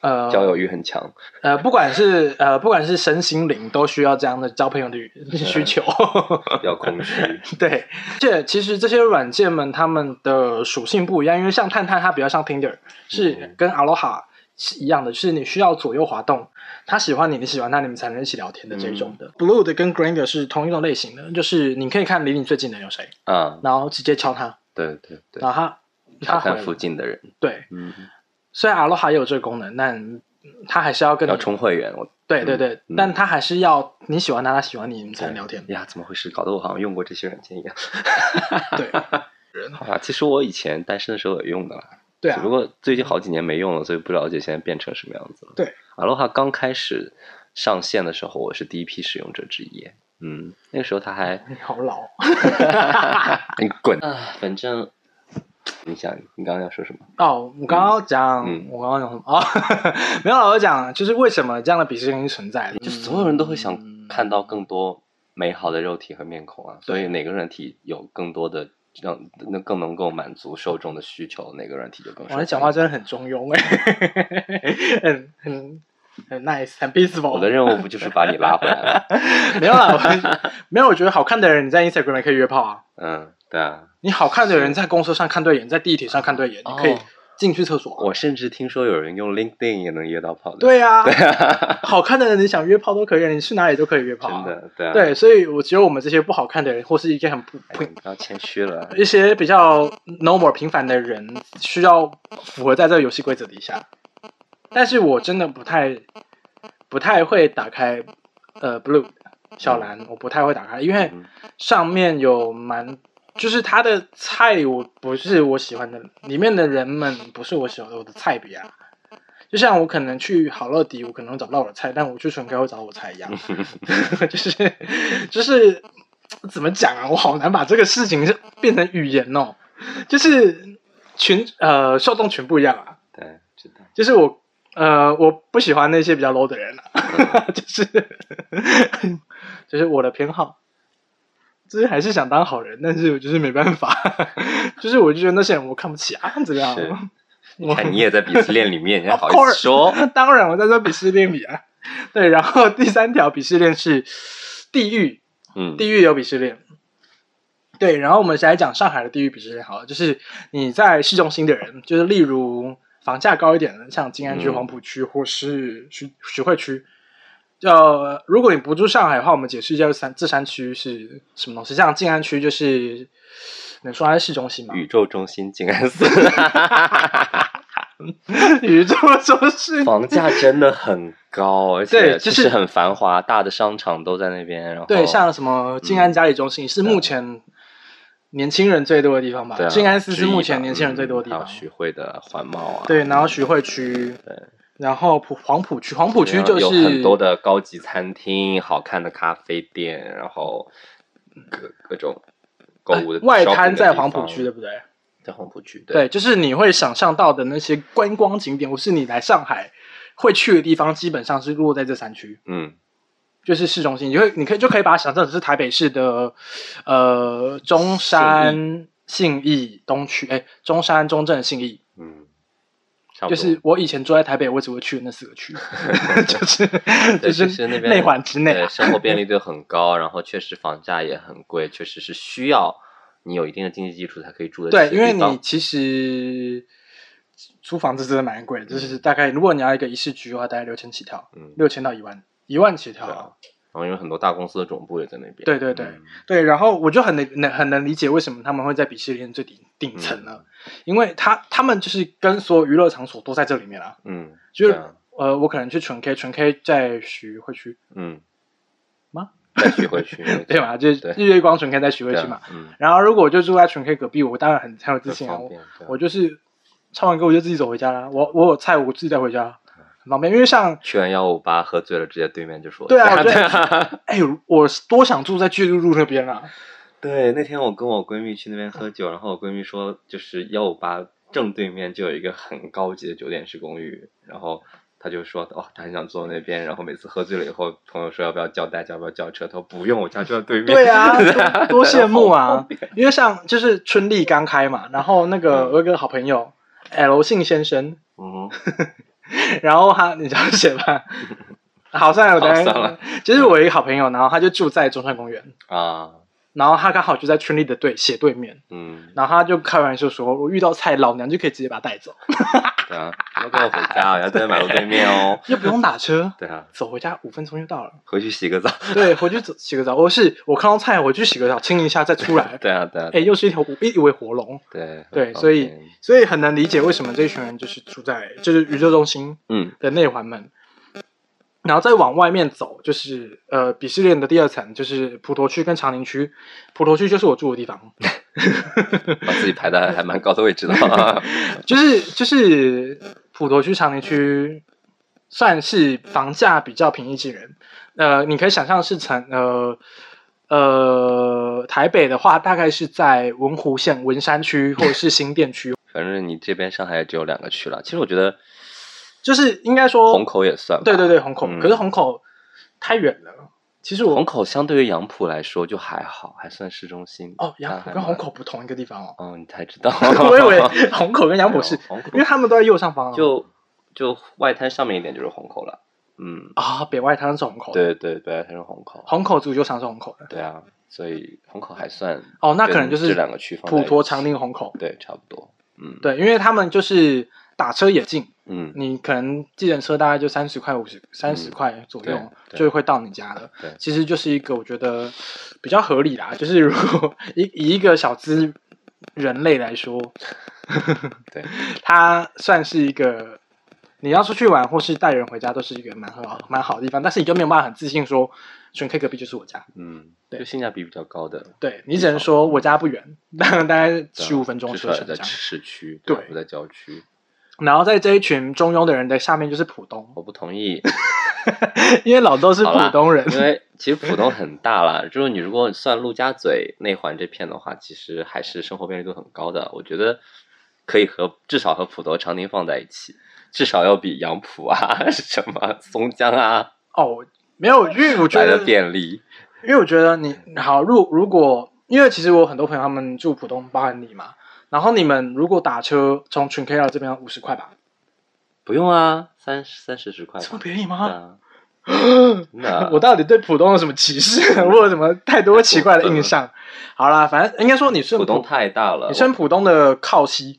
[SPEAKER 1] 呃
[SPEAKER 2] 交友欲很强，
[SPEAKER 1] 呃，不管是呃，不管是身心灵，都需要这样的交朋友的欲 需求。
[SPEAKER 2] 比较空虚。
[SPEAKER 1] 对，而且其实这些软件们它们的属性不一样，因为像探探它比较像 Tinder，是
[SPEAKER 2] 嗯
[SPEAKER 1] 跟 Aloha 是一样的，就是你需要左右滑动，他喜欢你，你喜欢他，你们才能一起聊天的这种
[SPEAKER 2] 嗯
[SPEAKER 1] 的。Blue 的跟 Grinder 是同一种类型的，就是你可以看离你最近的有谁，
[SPEAKER 2] 啊，
[SPEAKER 1] 然后直接敲他，
[SPEAKER 2] 对对对，
[SPEAKER 1] 然后他他
[SPEAKER 2] 查
[SPEAKER 1] 回
[SPEAKER 2] 看
[SPEAKER 1] 了
[SPEAKER 2] 附近的人，
[SPEAKER 1] 对，
[SPEAKER 2] 嗯，
[SPEAKER 1] 虽然 Aloha 也有这个功能，但他还是要跟你
[SPEAKER 2] 要充会员，我
[SPEAKER 1] 对对
[SPEAKER 2] 嗯
[SPEAKER 1] 对，
[SPEAKER 2] 嗯
[SPEAKER 1] 但他还是要你喜欢他，他喜欢你，你们才能聊 天。
[SPEAKER 2] 哎呀，怎么回事？搞得我好像用过这些软件一样。
[SPEAKER 1] 对，
[SPEAKER 2] 好吧，其实我以前单身的时候也用的啦，
[SPEAKER 1] 对啊
[SPEAKER 2] 只不，过最近好几年没用了，所以不了解现在变成什么样子了。
[SPEAKER 1] 对
[SPEAKER 2] ，Aloha 刚开始上线的时候，我是第一批使用者之一。嗯，那个时候它还
[SPEAKER 1] 你好老。
[SPEAKER 2] 你滚！啊，反正你想，你刚刚要说什么？
[SPEAKER 1] 哦，我刚刚讲，
[SPEAKER 2] 嗯嗯
[SPEAKER 1] 我刚刚讲什么？哦， 没有，我讲就是为什么这样的鄙视链是存在的，
[SPEAKER 2] 就所有人都会
[SPEAKER 1] 嗯
[SPEAKER 2] 想看到更多美好的肉体和面孔啊，所以哪个软体有更多的让那更能够满足受众的需求，哪个软体就更受
[SPEAKER 1] 我
[SPEAKER 2] 众。
[SPEAKER 1] 的讲话真的很中庸哎， 很很很 nice，很 peaceful。
[SPEAKER 2] 我的任务不就是把你拉回来吗？
[SPEAKER 1] 没有啦，我没有，我觉得好看的人你在 Instagram 也可以约炮啊。
[SPEAKER 2] 嗯，对啊，
[SPEAKER 1] 你好看的人在公车上看对眼，在地铁上看对眼，你可以
[SPEAKER 2] 哦
[SPEAKER 1] 进去厕所啊。
[SPEAKER 2] 我甚至听说有人用 LinkedIn 也能约到炮的，
[SPEAKER 1] 对 呀、
[SPEAKER 2] 对啊，
[SPEAKER 1] 好看的人你想约炮都可以，你去哪里都可以约炮、
[SPEAKER 2] 真。的对啊，
[SPEAKER 1] 对，所以我觉得我们这些不好看的人，或是一些很不
[SPEAKER 2] 哎，你不要谦 虚了，
[SPEAKER 1] 一些比较 normal 平凡的人，需要符合在这个游戏规则底下。但是我真的不太不太会打开呃 blue 小蓝，我不太会打开，因为
[SPEAKER 2] 嗯
[SPEAKER 1] 上面有蛮就是它的菜，我不是我喜欢的，里面的人们不是我喜欢的我的菜比啊。就像我可能去好乐迪，我可能找不到我的菜，但我去纯 K 会找我菜一样，就是就是怎么讲啊？我好难把这个事情是变成语言哦，就是群呃受众群不一样啊，
[SPEAKER 2] 对，知道，
[SPEAKER 1] 就是我呃我不喜欢那些比较 low 的人 啊，就是就是我的偏好，就是还是想当好人，但是我就是没办法， 就是我就觉得那些人我看不起啊，怎么样
[SPEAKER 2] 是？
[SPEAKER 1] 我
[SPEAKER 2] 看你也在鄙视链里面，你还
[SPEAKER 1] Of
[SPEAKER 2] 好意思说？
[SPEAKER 1] 当然我在这鄙视链里啊， 对，然后第三条鄙视链是地狱。
[SPEAKER 2] 嗯，
[SPEAKER 1] 地狱有鄙视链。对，然后我们先来讲上海的地狱鄙视链好了，就是你在市中心的人，就是例如房价高一点的，像静安区、
[SPEAKER 2] 嗯
[SPEAKER 1] 黄浦区或是徐徐汇区。呃，如果你不住上海的话，我们解释一下这三这三区是什么东西。像静安区就是，能说它是市中心吗？
[SPEAKER 2] 宇宙中心静安寺，
[SPEAKER 1] 宇宙中心。
[SPEAKER 2] 房价真的很高，而且
[SPEAKER 1] 对就
[SPEAKER 2] 就是是很繁华，大的商场都在那边。然后
[SPEAKER 1] 对，像什么静安嘉里中心、是
[SPEAKER 2] 对
[SPEAKER 1] 目前年轻人最多的地方吧？
[SPEAKER 2] 对啊
[SPEAKER 1] 静安寺是
[SPEAKER 2] 之一
[SPEAKER 1] 目
[SPEAKER 2] 吧
[SPEAKER 1] 前年轻人最多的地
[SPEAKER 2] 嗯还
[SPEAKER 1] 方。
[SPEAKER 2] 有徐汇的环贸啊，
[SPEAKER 1] 对，然后徐汇区，
[SPEAKER 2] 对
[SPEAKER 1] 然后普黄浦区，黄浦区
[SPEAKER 2] 然后
[SPEAKER 1] 就是
[SPEAKER 2] 有很多的高级餐厅、好看的咖啡店，然后各各种购物的、
[SPEAKER 1] 呃外滩在黄浦区，对，不对？
[SPEAKER 2] 在黄浦区，
[SPEAKER 1] 对，就是你会想象到的那些观光景点，或是你来上海会去的地方，基本上是落在这三区，
[SPEAKER 2] 嗯，
[SPEAKER 1] 就是市中心，你会你可以就可以把它想象成是台北市的呃中山、信义、东区，哎，中山、中正、信义，
[SPEAKER 2] 嗯，差不
[SPEAKER 1] 就
[SPEAKER 2] 多
[SPEAKER 1] 是我以前住在台北，我只会去那四个 区，就是
[SPEAKER 2] 对
[SPEAKER 1] 是
[SPEAKER 2] 是那边
[SPEAKER 1] 内环之内啊
[SPEAKER 2] 对，生活便利度很高，然后确实房价也很贵，确实是需要你有一定的经济基础才可以住得
[SPEAKER 1] 对，
[SPEAKER 2] 起
[SPEAKER 1] 因
[SPEAKER 2] 的
[SPEAKER 1] 为
[SPEAKER 2] 地方
[SPEAKER 1] 你其实租房子真的蛮贵的，就是大概如果你要一个一室居的话，大概六千起跳，
[SPEAKER 2] 嗯，
[SPEAKER 1] 六千到一万，一万起
[SPEAKER 2] 对啊
[SPEAKER 1] 跳。
[SPEAKER 2] 然后因为很多大公司的总部也在那边，
[SPEAKER 1] 对对对
[SPEAKER 2] 嗯
[SPEAKER 1] 对，然后我就很能能很能理解为什么他们会在鄙视链最顶顶层了，
[SPEAKER 2] 嗯
[SPEAKER 1] 因为他他们就是跟所有娱乐场所都在这里面啊，
[SPEAKER 2] 嗯
[SPEAKER 1] 就是、
[SPEAKER 2] 对啊
[SPEAKER 1] 呃，我可能去纯 K，纯 K 在徐汇区
[SPEAKER 2] 嗯，
[SPEAKER 1] 吗？
[SPEAKER 2] 再徐汇区
[SPEAKER 1] 对嘛，就是
[SPEAKER 2] 对
[SPEAKER 1] 日月光纯 K 在徐汇
[SPEAKER 2] 对
[SPEAKER 1] 区
[SPEAKER 2] 啊
[SPEAKER 1] 嘛，，
[SPEAKER 2] 嗯，
[SPEAKER 1] 然后如果我就住在纯 K 隔壁，我当然很很有自
[SPEAKER 2] 很
[SPEAKER 1] 信啊，
[SPEAKER 2] 方
[SPEAKER 1] 我
[SPEAKER 2] 便，对啊
[SPEAKER 1] 我就是唱完歌我就自己走回家啦。我我有菜，我自己带回家，
[SPEAKER 2] 嗯
[SPEAKER 1] 很方便。因为像
[SPEAKER 2] 去完幺五八喝醉了，直接对面就说
[SPEAKER 1] 对 啊
[SPEAKER 2] 对 啊，
[SPEAKER 1] 哎呦，我多想住在巨鹿路那边啊！
[SPEAKER 2] 对，那天我跟我闺蜜去那边喝酒，然后我闺蜜说，就是幺五八正对面就有一个很高级的酒店式公寓，然后她就说，哦，她很想坐那边，然后每次喝醉了以后，朋友说要不要叫代驾，要不要叫车，她说不用，我家就在对面。
[SPEAKER 1] 对 啊，多多羡慕！
[SPEAKER 2] 好
[SPEAKER 1] 啊
[SPEAKER 2] 方！便
[SPEAKER 1] 因为像就是春丽刚开嘛，然后那个
[SPEAKER 2] 嗯
[SPEAKER 1] 我有个好朋友 L 姓先生，
[SPEAKER 2] 嗯，
[SPEAKER 1] 然后他你知道写吧？好，算了，我
[SPEAKER 2] 好算
[SPEAKER 1] 等
[SPEAKER 2] 了
[SPEAKER 1] 下就是我有一个好朋友，然后他就住在中山公园，
[SPEAKER 2] 啊，
[SPEAKER 1] 然后他刚好就在春丽的对斜对面，
[SPEAKER 2] 嗯，
[SPEAKER 1] 然后他就开玩笑说，我遇到菜，老娘就可以直接把他带走，
[SPEAKER 2] 对啊，要不要回家？我要在马路对面哦。
[SPEAKER 1] 又不用打车，
[SPEAKER 2] 对啊，
[SPEAKER 1] 走回家五分钟就到了。
[SPEAKER 2] 回去洗个澡。
[SPEAKER 1] 对，回去走洗个澡，或是我看到菜，我去洗个澡，清一下再出来。
[SPEAKER 2] 对啊，对啊，
[SPEAKER 1] 哎，又是一条一一尾活龙，
[SPEAKER 2] 对
[SPEAKER 1] 哎对，
[SPEAKER 2] 很
[SPEAKER 1] 所以
[SPEAKER 2] 方便
[SPEAKER 1] 所以很难理解为什么这一群人就是住在就是宇宙中心
[SPEAKER 2] 嗯
[SPEAKER 1] 的内环们，然后再往外面走，就是呃鄙视链的第二层，就是普陀区跟长宁区，普陀区就是我住的地方，
[SPEAKER 2] 把自己排的还蛮高的位置的。
[SPEAKER 1] 就是就是普陀区、长宁区算是房价比较平易近人。呃，你可以想象是成呃呃台北的话，大概是在文湖线文山区或者是新店区，
[SPEAKER 2] 反正你这边上海也只有两个区了。其实我觉得
[SPEAKER 1] 就是应该说
[SPEAKER 2] 虹口也算吧。
[SPEAKER 1] 对对对，虹口。
[SPEAKER 2] 嗯
[SPEAKER 1] 可是虹口太远了，其实
[SPEAKER 2] 虹
[SPEAKER 1] 我
[SPEAKER 2] 口相对于杨浦来说就还好，还算市中心。
[SPEAKER 1] 哦，杨浦
[SPEAKER 2] 但还
[SPEAKER 1] 跟
[SPEAKER 2] 蛮。
[SPEAKER 1] 虹口不同一个地方哦。
[SPEAKER 2] 哦，你才知道
[SPEAKER 1] 我以 为虹口跟杨浦是
[SPEAKER 2] 没有虹口，
[SPEAKER 1] 因为他们都在右上方啊。
[SPEAKER 2] 就就外滩上面一点就是虹口了。嗯，
[SPEAKER 1] 啊，北外滩是虹口的，
[SPEAKER 2] 对对对，它是虹口。
[SPEAKER 1] 虹口足球场是虹口的。
[SPEAKER 2] 对啊，所以虹口还算
[SPEAKER 1] 哦，那可能就是
[SPEAKER 2] 这两个区放在
[SPEAKER 1] 普陀、
[SPEAKER 2] 一起
[SPEAKER 1] 长宁、虹口。
[SPEAKER 2] 对，差不多。嗯，
[SPEAKER 1] 对，因为他们就是打车也近，
[SPEAKER 2] 嗯，
[SPEAKER 1] 你可能计程车大概就三十块、五十、三十块左右、
[SPEAKER 2] 对对
[SPEAKER 1] 就会到你家了
[SPEAKER 2] 对。
[SPEAKER 1] 其实就是一个我觉得比较合理啦， 就是如果以以一个小资人类来说，
[SPEAKER 2] 对，
[SPEAKER 1] 它算是一个你要出去玩或是带人回家都是一个蛮好蛮好的地方，但是你就没有办法很自信说选 K 隔壁就是我家，
[SPEAKER 2] 嗯，
[SPEAKER 1] 对
[SPEAKER 2] 就性价比比较高的，
[SPEAKER 1] 对你只能说我家不远，大概大概十五分钟
[SPEAKER 2] 啊至
[SPEAKER 1] 车
[SPEAKER 2] 少
[SPEAKER 1] 程
[SPEAKER 2] 也
[SPEAKER 1] 这
[SPEAKER 2] 在
[SPEAKER 1] 样。
[SPEAKER 2] 市区，
[SPEAKER 1] 对
[SPEAKER 2] 吧不在郊区。
[SPEAKER 1] 然后在这一群中庸的人的下面就是浦东，
[SPEAKER 2] 我不同意，
[SPEAKER 1] 因为老豆是
[SPEAKER 2] 好
[SPEAKER 1] 浦
[SPEAKER 2] 啦
[SPEAKER 1] 东人，
[SPEAKER 2] 因为其实浦东很大啦，就是你如果算陆家嘴内环这片的话，其实还是生活便利度很高的。我觉得可以和至少和浦东、长宁放在一起，至少要比杨浦啊、 什么松江啊
[SPEAKER 1] 哦，没有，因为我觉
[SPEAKER 2] 来
[SPEAKER 1] 得
[SPEAKER 2] 的，便利。
[SPEAKER 1] 因为我觉得你好，如如果，因为其实我有很多朋友他们住浦东，包含你嘛，然后你们如果打车从群 K 到这边五十块吧，
[SPEAKER 2] 不用啊，三三四十块吧。
[SPEAKER 1] 这么便宜
[SPEAKER 2] 对
[SPEAKER 1] 吗？
[SPEAKER 2] 啊，那
[SPEAKER 1] 我到底对浦东有什么歧视， 或者什么太多奇怪的印象？好啦，反正应该说你顺
[SPEAKER 2] 浦东
[SPEAKER 1] 浦，
[SPEAKER 2] 太大了，
[SPEAKER 1] 你顺浦东的靠西，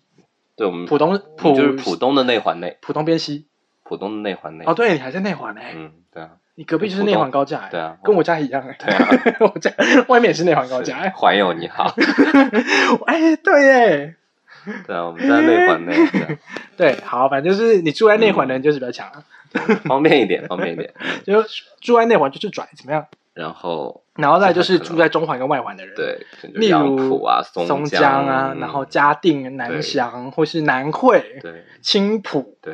[SPEAKER 2] 对我们
[SPEAKER 1] 浦东
[SPEAKER 2] 我
[SPEAKER 1] 浦
[SPEAKER 2] 们就是浦东的内环内，
[SPEAKER 1] 浦东边西。
[SPEAKER 2] 浦东的内环内。
[SPEAKER 1] 哦，对，你还在内环呢、
[SPEAKER 2] 嗯，对啊，
[SPEAKER 1] 你隔壁就是内环高架、欸，
[SPEAKER 2] 对啊，
[SPEAKER 1] 跟我家一样哎、
[SPEAKER 2] 对啊，
[SPEAKER 1] 我家外面也是内环高
[SPEAKER 2] 是
[SPEAKER 1] 架、欸，
[SPEAKER 2] 环友 你好，
[SPEAKER 1] 哎，对耶，
[SPEAKER 2] 对啊，我们在内环内，对啊
[SPEAKER 1] 对，好，反正就是你住在内环
[SPEAKER 2] 嗯
[SPEAKER 1] 的人就是比较强啊，
[SPEAKER 2] 方便一点，方便一点。
[SPEAKER 1] 就是住在内环就是拽怎么样，
[SPEAKER 2] 然后
[SPEAKER 1] 然后再就是住在中环跟外环的人，，
[SPEAKER 2] 对，就
[SPEAKER 1] 例
[SPEAKER 2] 杨
[SPEAKER 1] 如
[SPEAKER 2] 浦啊、
[SPEAKER 1] 松
[SPEAKER 2] 江
[SPEAKER 1] 啊，
[SPEAKER 2] 嗯
[SPEAKER 1] 然后嘉定、南翔或是南汇、
[SPEAKER 2] 对
[SPEAKER 1] 青浦，
[SPEAKER 2] 对，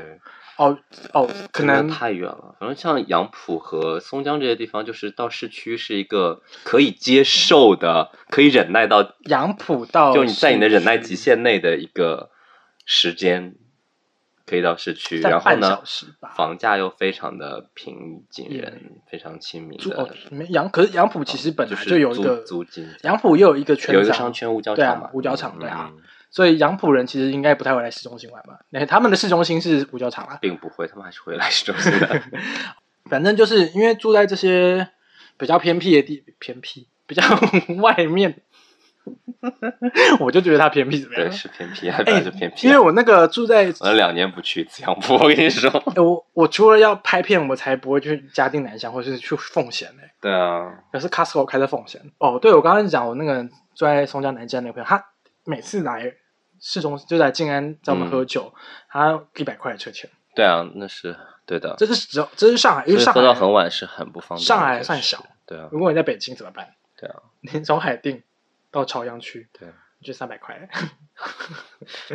[SPEAKER 1] 哦哦，可
[SPEAKER 2] 真的
[SPEAKER 1] 能
[SPEAKER 2] 太远了。反正像杨浦和松江这些地方，就是到市区是一个可以接受的、可以忍耐到，
[SPEAKER 1] 杨浦到
[SPEAKER 2] 就你在你的忍耐
[SPEAKER 1] 市
[SPEAKER 2] 极
[SPEAKER 1] 区
[SPEAKER 2] 限内的一个时间，可以到市区。
[SPEAKER 1] 在
[SPEAKER 2] 然后
[SPEAKER 1] 半
[SPEAKER 2] 呢
[SPEAKER 1] 小，时吧。
[SPEAKER 2] 房价又非常的平易近
[SPEAKER 1] 也
[SPEAKER 2] 人，非常亲民
[SPEAKER 1] 住
[SPEAKER 2] 的。
[SPEAKER 1] 哦，没杨，可是杨浦其实本来
[SPEAKER 2] 哦就是
[SPEAKER 1] 有一
[SPEAKER 2] 租
[SPEAKER 1] 个
[SPEAKER 2] 租金这样
[SPEAKER 1] 杨浦也有一个圈
[SPEAKER 2] 有一个
[SPEAKER 1] 子啊
[SPEAKER 2] 商圈五角
[SPEAKER 1] 对啊
[SPEAKER 2] 场嘛，
[SPEAKER 1] 五角
[SPEAKER 2] 嗯
[SPEAKER 1] 场对啊，
[SPEAKER 2] 嗯
[SPEAKER 1] 所以杨浦人其实应该不太会来市中心玩吧？那他们的市中心是五角场啊，
[SPEAKER 2] 并不会，他们还是会来市中心 的。
[SPEAKER 1] 反正就是因为住在这些比较偏僻的地，偏僻比较 外面，我就觉得它偏僻怎么
[SPEAKER 2] 对，呃
[SPEAKER 1] 样？
[SPEAKER 2] 是偏僻，还是偏僻啊。
[SPEAKER 1] 哎因为我那个住在，
[SPEAKER 2] 我两年不去一次杨浦，我跟你说。
[SPEAKER 1] 呃我我除了要拍片，我才不会去嘉定南翔或是去奉贤呢、
[SPEAKER 2] 对啊，
[SPEAKER 1] 可是 Costco 开在奉贤。哦，对，我刚刚讲我那个住在松江南站那个朋友，他每次来市中就在静安找我们喝酒，他一百块的车钱，
[SPEAKER 2] 对啊，那是对的。
[SPEAKER 1] 这是只有这是上海，因
[SPEAKER 2] 所
[SPEAKER 1] 为
[SPEAKER 2] 以
[SPEAKER 1] 上
[SPEAKER 2] 喝到
[SPEAKER 1] 海
[SPEAKER 2] 很晚是很不方便的。
[SPEAKER 1] 上海
[SPEAKER 2] 就是
[SPEAKER 1] 算小。嗯
[SPEAKER 2] 对啊，
[SPEAKER 1] 如果你在北京怎么办？
[SPEAKER 2] 对啊，
[SPEAKER 1] 你从海淀到朝阳区，
[SPEAKER 2] 对。啊
[SPEAKER 1] 就三百块。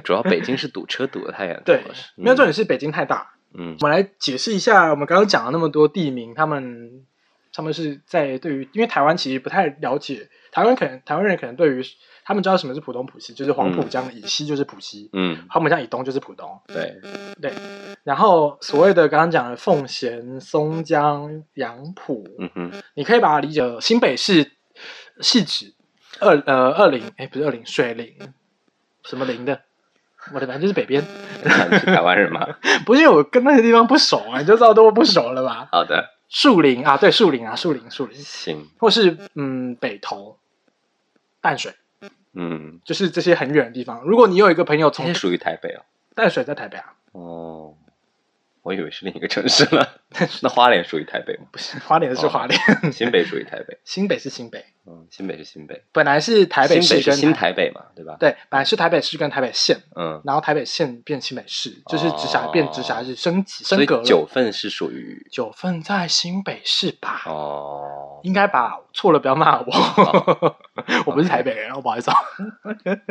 [SPEAKER 2] 主要北京是堵车堵的太严重
[SPEAKER 1] 对
[SPEAKER 2] 了。是，
[SPEAKER 1] 没有重
[SPEAKER 2] 嗯
[SPEAKER 1] 点是北京太大。
[SPEAKER 2] 嗯，
[SPEAKER 1] 我们来解释一下，我们刚刚讲了那么多地名，他们他们是在对于，因为台湾其实不太了解，台湾可能台湾人可能对于他们知道什么是浦东浦西，就是黄浦江以西就是浦西，
[SPEAKER 2] 嗯，
[SPEAKER 1] 黄浦江以东就是浦东。
[SPEAKER 2] 对，
[SPEAKER 1] 然后所谓的刚刚讲的奉贤、松江、杨浦，
[SPEAKER 2] 嗯哼，
[SPEAKER 1] 你可以把它理解为新北市市指二呃二零哎不是二零水林什么林的，我的反正就是北边。
[SPEAKER 2] 那你是台湾人吗？
[SPEAKER 1] 不是因为我跟那些地方不熟啊，你就知道都不熟了吧？
[SPEAKER 2] 好的，
[SPEAKER 1] 树林啊，对，树林啊，树林，树林，
[SPEAKER 2] 行，
[SPEAKER 1] 或是嗯，北投、淡水，
[SPEAKER 2] 嗯，
[SPEAKER 1] 就是这些很远的地方。如果你有一个朋友
[SPEAKER 2] 这
[SPEAKER 1] 从
[SPEAKER 2] 些属于台北哦。
[SPEAKER 1] 淡水在台北啊，
[SPEAKER 2] 哦，我以为是另一个城市了。 那花莲属于台北吗？
[SPEAKER 1] 不是花莲
[SPEAKER 2] 哦
[SPEAKER 1] 的是花莲，
[SPEAKER 2] 新北属于台北。
[SPEAKER 1] 新北是新北，
[SPEAKER 2] 嗯，新北是新北，
[SPEAKER 1] 本来是台北
[SPEAKER 2] 新
[SPEAKER 1] 市
[SPEAKER 2] 北是
[SPEAKER 1] 跟
[SPEAKER 2] 新台北嘛，对吧？
[SPEAKER 1] 对，本来是台北市跟台北县，
[SPEAKER 2] 嗯，
[SPEAKER 1] 然后台北县变新北市，就是直辖
[SPEAKER 2] 哦
[SPEAKER 1] 变直辖市升级
[SPEAKER 2] 所
[SPEAKER 1] 升
[SPEAKER 2] 以
[SPEAKER 1] 格了。
[SPEAKER 2] 九份是属于
[SPEAKER 1] 九份在新北市吧？
[SPEAKER 2] 哦，
[SPEAKER 1] 应该吧，错了不要骂我，我不是台北人，我不好意思啊。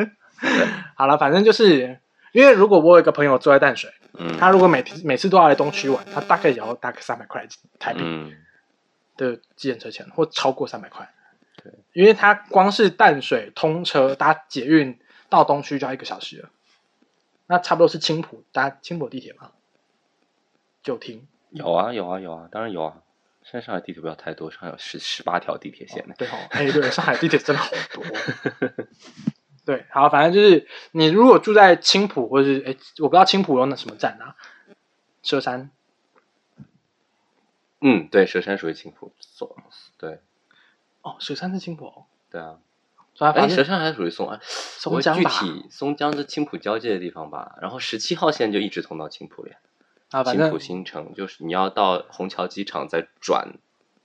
[SPEAKER 1] 好了，反正就是因为如果我有一个朋友住在淡水，
[SPEAKER 2] 嗯，
[SPEAKER 1] 他如果每天每次都要来东区玩，他大概也要大概三百块台币
[SPEAKER 2] 嗯，
[SPEAKER 1] 的计程车钱，或超过三百块。
[SPEAKER 2] 对，
[SPEAKER 1] 因为他光是淡水通车搭捷运到东区就要一个小时了，那差不多是青浦搭青浦地铁嘛，就停。
[SPEAKER 2] 有啊有啊有啊，当然有啊。现在上海地铁不要太多，上海有十十八条地铁线呢。
[SPEAKER 1] 对哦，哎，对，上海地铁真的好 多。对，好，反正就是你如果住在青浦，或者是哎，我不知道青浦有那什么站啊，佘山，
[SPEAKER 2] 嗯，对，佘山属于青浦，所对
[SPEAKER 1] 哦，佘山是青浦、哦，
[SPEAKER 2] 对啊，
[SPEAKER 1] 所以他
[SPEAKER 2] 哎，
[SPEAKER 1] 发
[SPEAKER 2] 舌
[SPEAKER 1] 现
[SPEAKER 2] 山还是属于松安，
[SPEAKER 1] 松
[SPEAKER 2] 我
[SPEAKER 1] 江
[SPEAKER 2] 具
[SPEAKER 1] 吧，
[SPEAKER 2] 体松江是青浦交界的地方吧？然后十七号线就一直通到青浦了呀，
[SPEAKER 1] 啊，反
[SPEAKER 2] 青
[SPEAKER 1] 正
[SPEAKER 2] 浦新城就是你要到虹桥机场再转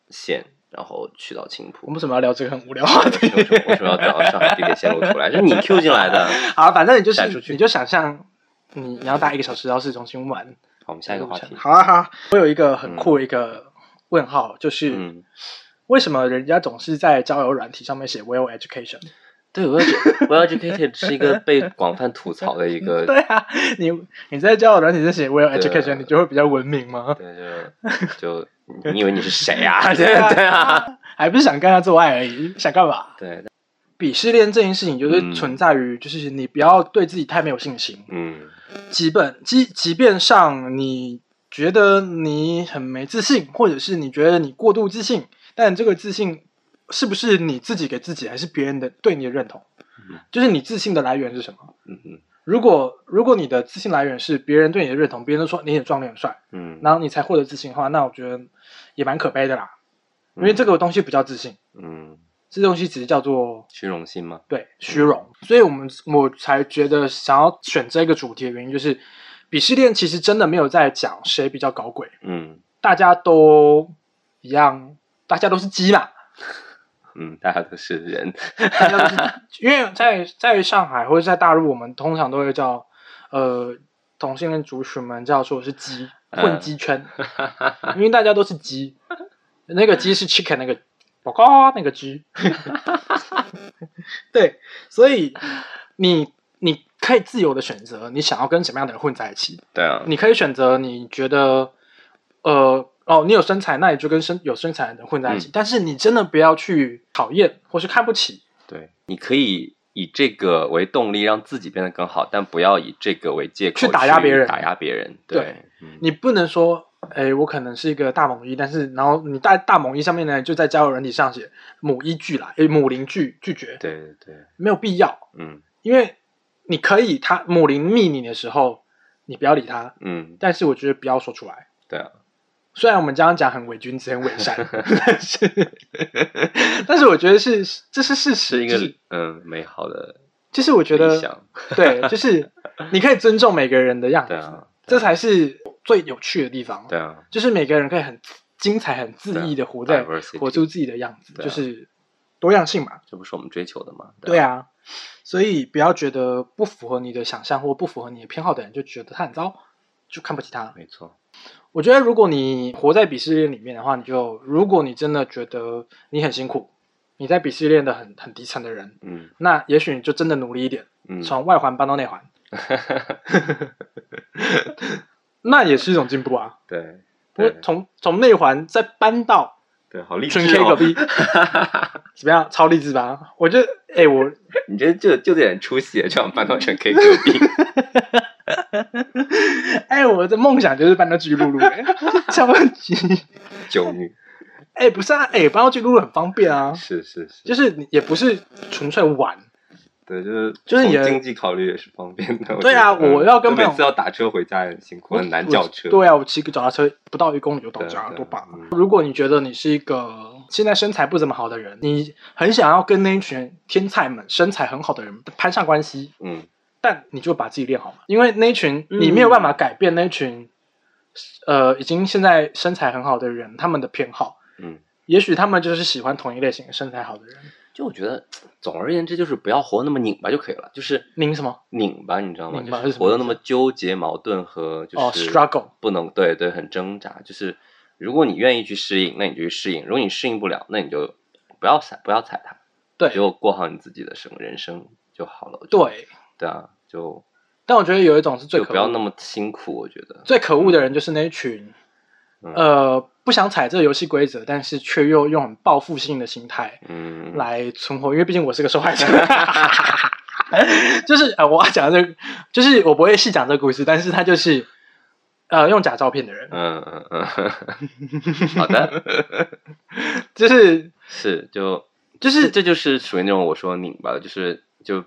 [SPEAKER 2] 线，然后去到青
[SPEAKER 1] 我
[SPEAKER 2] 浦。
[SPEAKER 1] 们怎么要聊这个很无聊的话题？
[SPEAKER 2] 为什么为什么要找上海地铁线路图来？这是你 Q 进来的。
[SPEAKER 1] 好，反正你就
[SPEAKER 2] 闪出
[SPEAKER 1] 是
[SPEAKER 2] 去
[SPEAKER 1] 你就想象你你要搭一个小时到市中心玩，
[SPEAKER 2] 好，我们下一个话题。
[SPEAKER 1] 好啊好啊，我有一个很酷的一个问号，就是、
[SPEAKER 2] 嗯，
[SPEAKER 1] 为什么人家总是在交友软体上面写 “well education”？
[SPEAKER 2] 对，我要我要 educated 是一个被广泛吐槽的一个，
[SPEAKER 1] 对啊，你你在交友软体上写 “well
[SPEAKER 2] 对啊
[SPEAKER 1] education”，你就会比较文明吗？
[SPEAKER 2] 对，就就你你以为你是谁啊？ 对
[SPEAKER 1] 对啊
[SPEAKER 2] 对啊，
[SPEAKER 1] 还不是想跟他做爱而已，想干嘛？
[SPEAKER 2] 对，
[SPEAKER 1] 鄙视链这件事情就是
[SPEAKER 2] 嗯
[SPEAKER 1] 存在于，就是你不要对自己太没有信心。
[SPEAKER 2] 嗯
[SPEAKER 1] 基本即即便上你觉得你很没自信，或者是你觉得你过度自信，但这个自信是不是你自己给自己，还是别人的对你的认同
[SPEAKER 2] 嗯？
[SPEAKER 1] 就是你自信的来源是什么？
[SPEAKER 2] 嗯嗯
[SPEAKER 1] 如果如果你的自信来源是别人对你的认同，别人都说你很壮、你很帅，
[SPEAKER 2] 嗯，
[SPEAKER 1] 然后你才获得自信的话，那我觉得也蛮可悲的啦。因为这
[SPEAKER 2] 个
[SPEAKER 1] 个东西不叫自信，
[SPEAKER 2] 嗯
[SPEAKER 1] 这东西只是叫做
[SPEAKER 2] 虚荣心吗？
[SPEAKER 1] 对虚荣。所以我们我才觉得想要选这个主题的原因，就是鄙视链其实真的没有在讲谁比较搞鬼，
[SPEAKER 2] 嗯
[SPEAKER 1] 大家都一样，大家都是鸡嘛。
[SPEAKER 2] 嗯，大家都是人，
[SPEAKER 1] 大家都是 因为在在上海或者在大陆，我们通常都会叫呃同性恋族群们叫说是鸡
[SPEAKER 2] 嗯
[SPEAKER 1] 混鸡圈，因为大家都是鸡，那个鸡是 chicken 那个宝高那个鸡， 对，所以你你可以自由的选择你想要跟什么样的人混在一起，
[SPEAKER 2] 对啊，
[SPEAKER 1] 你可以选择你觉得呃。哦，你有身材，那你就跟身有身材的人混在一起。但是你真的不要去讨厌或是看不起
[SPEAKER 2] 对，你可以以这个为动力让自己变得更好，但不要以这个为借口
[SPEAKER 1] 去打压别人
[SPEAKER 2] 打压别人，
[SPEAKER 1] 对
[SPEAKER 2] 对，嗯
[SPEAKER 1] 你不能说，哎，我可能是一个大猛一，但是然后你大大猛一上面呢，就在交友软体上写母一拒来，哎，母零拒拒绝，
[SPEAKER 2] 对对对，
[SPEAKER 1] 没有必要，
[SPEAKER 2] 嗯
[SPEAKER 1] 因为你可以他母零密你的时候，你不要理他，
[SPEAKER 2] 嗯，
[SPEAKER 1] 但是我觉得不要说出来。
[SPEAKER 2] 对啊，
[SPEAKER 1] 虽然我们这样讲很伪君子、很伪 善，但是，但是我觉得是这是事实，
[SPEAKER 2] 是一
[SPEAKER 1] 就
[SPEAKER 2] 个嗯美好的
[SPEAKER 1] 就是我觉
[SPEAKER 2] 理
[SPEAKER 1] 得
[SPEAKER 2] 想，
[SPEAKER 1] 对，就是你可以尊重每个人的样子，
[SPEAKER 2] 对啊，
[SPEAKER 1] 这才是最有趣的地方。
[SPEAKER 2] 对啊，
[SPEAKER 1] 就是每个人可以很精彩、很恣意的活在、
[SPEAKER 2] diversity
[SPEAKER 1] 活出自己的样子，
[SPEAKER 2] 对啊
[SPEAKER 1] 就是多样性嘛。
[SPEAKER 2] 这不是我们追求的嘛？
[SPEAKER 1] 对
[SPEAKER 2] 啊，
[SPEAKER 1] 啊，所以不要觉得不符合你的想象或不符合你的偏好的人就觉得他很糟，就看不起他。
[SPEAKER 2] 没错，
[SPEAKER 1] 我觉得如果你活在鄙视链里面的话，你就如果你真的觉得你很辛苦，你在鄙视链的很很底层的人，
[SPEAKER 2] 嗯
[SPEAKER 1] 那也许你就真的努力一点，
[SPEAKER 2] 嗯，
[SPEAKER 1] 从外环搬到内环，那也是一种进步啊。
[SPEAKER 2] 对
[SPEAKER 1] 不过
[SPEAKER 2] 对
[SPEAKER 1] 从从内环再搬到
[SPEAKER 2] 对，好励
[SPEAKER 1] 纯
[SPEAKER 2] 志
[SPEAKER 1] K 隔
[SPEAKER 2] 哦，
[SPEAKER 1] 壁，怎么样？超励志吧？我觉得，哎、我
[SPEAKER 2] 你这就就得点出息，这样搬到纯 K 隔 壁，
[SPEAKER 1] 哎、我的梦想就是搬到巨鹿路、哎下半集，
[SPEAKER 2] 九女
[SPEAKER 1] 哎、不是啊，哎、搬到巨鹿路很方便啊，
[SPEAKER 2] 是是是，
[SPEAKER 1] 就是你也不是纯粹玩，
[SPEAKER 2] 对，就是
[SPEAKER 1] 就是
[SPEAKER 2] 从
[SPEAKER 1] 你的
[SPEAKER 2] 经济考虑也是方便的。
[SPEAKER 1] 对啊
[SPEAKER 2] 觉得
[SPEAKER 1] 我要跟
[SPEAKER 2] 就
[SPEAKER 1] 朋友
[SPEAKER 2] 每次要打车回家也很辛苦，
[SPEAKER 1] 我
[SPEAKER 2] 很难叫车。
[SPEAKER 1] 我对啊，我骑个脚踏车不到一公里就到
[SPEAKER 2] 对啊，
[SPEAKER 1] 家，多棒啊！
[SPEAKER 2] 嗯
[SPEAKER 1] 如果你觉得你是一个现在身材不怎么好的人，你很想要跟那一群天才们、身材很好的人攀上关系，
[SPEAKER 2] 嗯，
[SPEAKER 1] 但你就把自己练好嘛，因为那一群你没有办法改变那一群，呃，已经现在身材很好的人他们的偏好，
[SPEAKER 2] 嗯，
[SPEAKER 1] 也许他们就是喜欢同一类型的身材好的人。
[SPEAKER 2] 就我觉得，总而言之就是不要活那么拧巴就可以了，就是
[SPEAKER 1] 拧什么？
[SPEAKER 2] 拧巴，你知道吗？
[SPEAKER 1] 拧巴
[SPEAKER 2] 就是是
[SPEAKER 1] 什么
[SPEAKER 2] 活得
[SPEAKER 1] 意
[SPEAKER 2] 那
[SPEAKER 1] 思
[SPEAKER 2] 么纠结、矛盾和就
[SPEAKER 1] 哦
[SPEAKER 2] 是
[SPEAKER 1] ，struggle
[SPEAKER 2] 不能对对，很挣扎。就是如果你愿意去适应，那你就去适应；如果你适应不了，那你就不要踩，不要踩它，
[SPEAKER 1] 对
[SPEAKER 2] 你就过好你自己的生人生就好了。我觉得
[SPEAKER 1] 对，
[SPEAKER 2] 对啊，就
[SPEAKER 1] 但我觉得有一种是最
[SPEAKER 2] 就
[SPEAKER 1] 可
[SPEAKER 2] 不要
[SPEAKER 1] 恶
[SPEAKER 2] 那么辛苦，我觉得。
[SPEAKER 1] 最可恶的人，就是那一群，
[SPEAKER 2] 嗯
[SPEAKER 1] 呃，不想踩这游戏规则，但是却又用很报复性的心态
[SPEAKER 2] 嗯，
[SPEAKER 1] 来存活，因为毕竟我是个受害者。 就是呃，我要讲这个，就是我不会细讲这个故事，但是他就是呃用假照片的人，
[SPEAKER 2] 嗯嗯 嗯，好的，
[SPEAKER 1] 就是
[SPEAKER 2] 是就
[SPEAKER 1] 就
[SPEAKER 2] 这
[SPEAKER 1] 是
[SPEAKER 2] 这就是属于那种我说拧巴的，就是就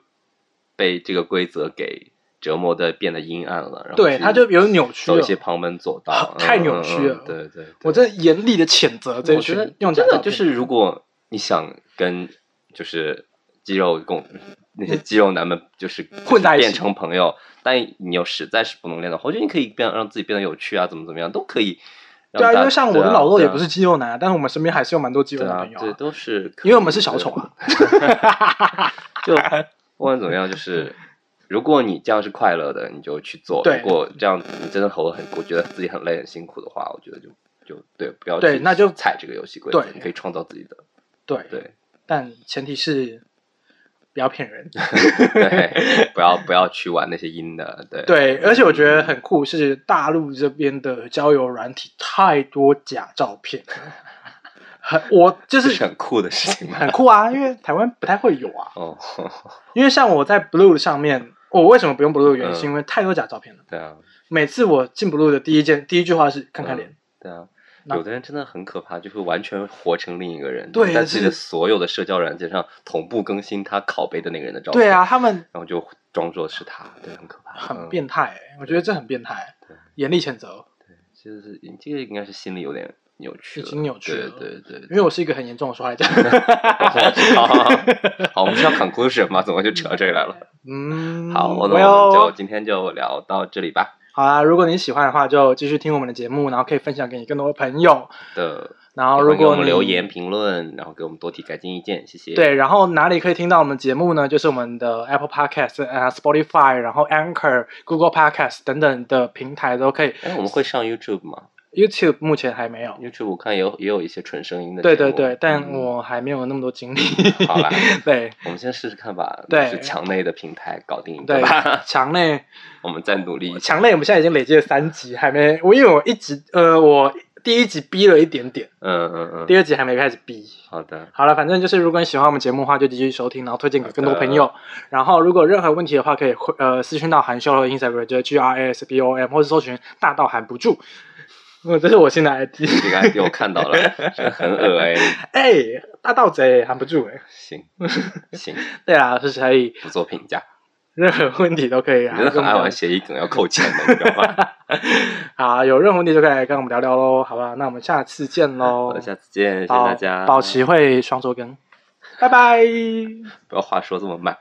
[SPEAKER 2] 被这个规则给折磨的变得阴暗了，然后
[SPEAKER 1] 对
[SPEAKER 2] 去
[SPEAKER 1] 他就有扭曲
[SPEAKER 2] 走一些
[SPEAKER 1] 了。
[SPEAKER 2] 旁门左
[SPEAKER 1] 啊
[SPEAKER 2] 道，嗯
[SPEAKER 1] 太扭曲了
[SPEAKER 2] 嗯嗯对对，对
[SPEAKER 1] 我这严厉的谴责这一
[SPEAKER 2] 我觉
[SPEAKER 1] 群
[SPEAKER 2] 得
[SPEAKER 1] 用假
[SPEAKER 2] 真
[SPEAKER 1] 照
[SPEAKER 2] 的
[SPEAKER 1] 片
[SPEAKER 2] 就是，如果你想跟就是肌肉共那些肌肉男们就是
[SPEAKER 1] 嗯混在一起
[SPEAKER 2] 变成朋友，但你又实在是不能练的话，我觉得你可以变让自己变得有趣啊，怎么怎么样都可以
[SPEAKER 1] 对
[SPEAKER 2] 让大
[SPEAKER 1] 啊，
[SPEAKER 2] 家。
[SPEAKER 1] 因为像我跟老肉也不
[SPEAKER 2] 对啊
[SPEAKER 1] 是肌肉男啊，但是我们身边还是有蛮多肌肉
[SPEAKER 2] 对
[SPEAKER 1] 男
[SPEAKER 2] 啊
[SPEAKER 1] 朋友，啊，
[SPEAKER 2] 对，都是可
[SPEAKER 1] 因
[SPEAKER 2] 以
[SPEAKER 1] 为我们是小丑啊。
[SPEAKER 2] 就不管怎么样，就是如果你这样是快乐的，你就去做；
[SPEAKER 1] 对
[SPEAKER 2] 如果这样你真的活得很，我觉得自己很累很辛苦的话，我觉得就就对，不要
[SPEAKER 1] 对
[SPEAKER 2] 去
[SPEAKER 1] 那就
[SPEAKER 2] 踩这个游戏规则
[SPEAKER 1] 对，
[SPEAKER 2] 你可以创造自己的。
[SPEAKER 1] 对，
[SPEAKER 2] 对
[SPEAKER 1] 但前提是不要骗人。
[SPEAKER 2] 对，不要不要去玩那些阴的，对
[SPEAKER 1] 对，而且我觉得很酷，是大陆这边的交友软体太多假照片了，很我就
[SPEAKER 2] 这是
[SPEAKER 1] 是
[SPEAKER 2] 很酷的事情嘛。
[SPEAKER 1] 很酷啊，因为台湾不太会有啊。
[SPEAKER 2] 哦，
[SPEAKER 1] 因为像我在 Blue 上面，我为什么不用 Blue 的原
[SPEAKER 2] 嗯
[SPEAKER 1] 因，是因为太多假照片了。
[SPEAKER 2] 对啊，
[SPEAKER 1] 每次我进 Blue 的第一件第一句话是看看脸，
[SPEAKER 2] 对啊。
[SPEAKER 1] 那
[SPEAKER 2] 有的人真的很可怕，就是完全活成另一个人，
[SPEAKER 1] 对
[SPEAKER 2] 在自己
[SPEAKER 1] 是
[SPEAKER 2] 的所有的社交软件上同步更新他拷贝的那个人的照片，
[SPEAKER 1] 对啊，，他们
[SPEAKER 2] 然后就装作是他，对，很可怕，
[SPEAKER 1] 很
[SPEAKER 2] 嗯
[SPEAKER 1] 变态、欸，我觉得这很变态
[SPEAKER 2] 对，
[SPEAKER 1] 严厉谴责。
[SPEAKER 2] 就是你这个应该是心里有点扭曲
[SPEAKER 1] 已
[SPEAKER 2] 了，
[SPEAKER 1] 经扭曲了
[SPEAKER 2] 对 对
[SPEAKER 1] 因
[SPEAKER 2] 对。
[SPEAKER 1] 为我是一个很严重的受 害者。
[SPEAKER 2] 好，好，我们是要 conclusion 吗？怎么就扯这里来了？
[SPEAKER 1] 嗯，
[SPEAKER 2] 好，那我们
[SPEAKER 1] well
[SPEAKER 2] 就今天就聊到这里吧。
[SPEAKER 1] 好啦，如果你喜欢的话，就继续听我们的节目，然后可以分享给你更多的朋友。
[SPEAKER 2] 的，
[SPEAKER 1] 然后
[SPEAKER 2] 欢
[SPEAKER 1] 如
[SPEAKER 2] 迎给
[SPEAKER 1] 果
[SPEAKER 2] 我们
[SPEAKER 1] 你
[SPEAKER 2] 留言评论，然后给我们多提改进意见，谢谢。
[SPEAKER 1] 对，然后哪里可以听到我们节目呢？就是我们的 Apple Podcast 啊、Spotify，然后 Anchor、Google Podcast 等等的平台都可以。
[SPEAKER 2] 哎，我们会上 YouTube 吗
[SPEAKER 1] YouTube 目前还没有。
[SPEAKER 2] ？YouTube 我看也有也有一些纯声音的节
[SPEAKER 1] 对
[SPEAKER 2] 目。
[SPEAKER 1] 对对，但
[SPEAKER 2] 嗯
[SPEAKER 1] 我还没有那么多精力。
[SPEAKER 2] 好啦，
[SPEAKER 1] 对
[SPEAKER 2] 我们先试试看吧。
[SPEAKER 1] 对
[SPEAKER 2] 就是墙内的平台搞定一个
[SPEAKER 1] 对
[SPEAKER 2] 吧，，
[SPEAKER 1] 墙内
[SPEAKER 2] 我们再努力一下。
[SPEAKER 1] 墙内，我们现在已经累积了三集，还没我因为我一直呃，我第一集逼了一点点，
[SPEAKER 2] 嗯嗯
[SPEAKER 1] 第
[SPEAKER 2] 嗯，
[SPEAKER 1] 二集还没开始逼。
[SPEAKER 2] 好的，
[SPEAKER 1] 好了，反正就是如果你喜欢我们节目的话，就继续收听，然后推荐给更多
[SPEAKER 2] 好的
[SPEAKER 1] 朋友。然后如果有任何问题的话，可以回呃私讯到韩秀的 Instagram，就是 G R A S B O M，或者搜寻“大道喊不住”。嗯，这是我新的 ID。
[SPEAKER 2] 这个 ID 我看到了，真的很恶哎。
[SPEAKER 1] 哎，大盗贼喊不住哎。
[SPEAKER 2] 行行，
[SPEAKER 1] 对啊，是可以，
[SPEAKER 2] 不做评价。
[SPEAKER 1] 任何问题都可以
[SPEAKER 2] 你
[SPEAKER 1] 啊。
[SPEAKER 2] 真的很爱玩
[SPEAKER 1] 系。
[SPEAKER 2] 协议梗，要扣钱的，你知道吗？
[SPEAKER 1] 好，有任何问题就可以来跟我们聊聊喽，好吧？那我们下次见
[SPEAKER 2] 好
[SPEAKER 1] 喽
[SPEAKER 2] 的，，下次见，谢谢
[SPEAKER 1] 保
[SPEAKER 2] 大家。
[SPEAKER 1] 保持会双周更，拜拜。
[SPEAKER 2] 不要话说这么慢。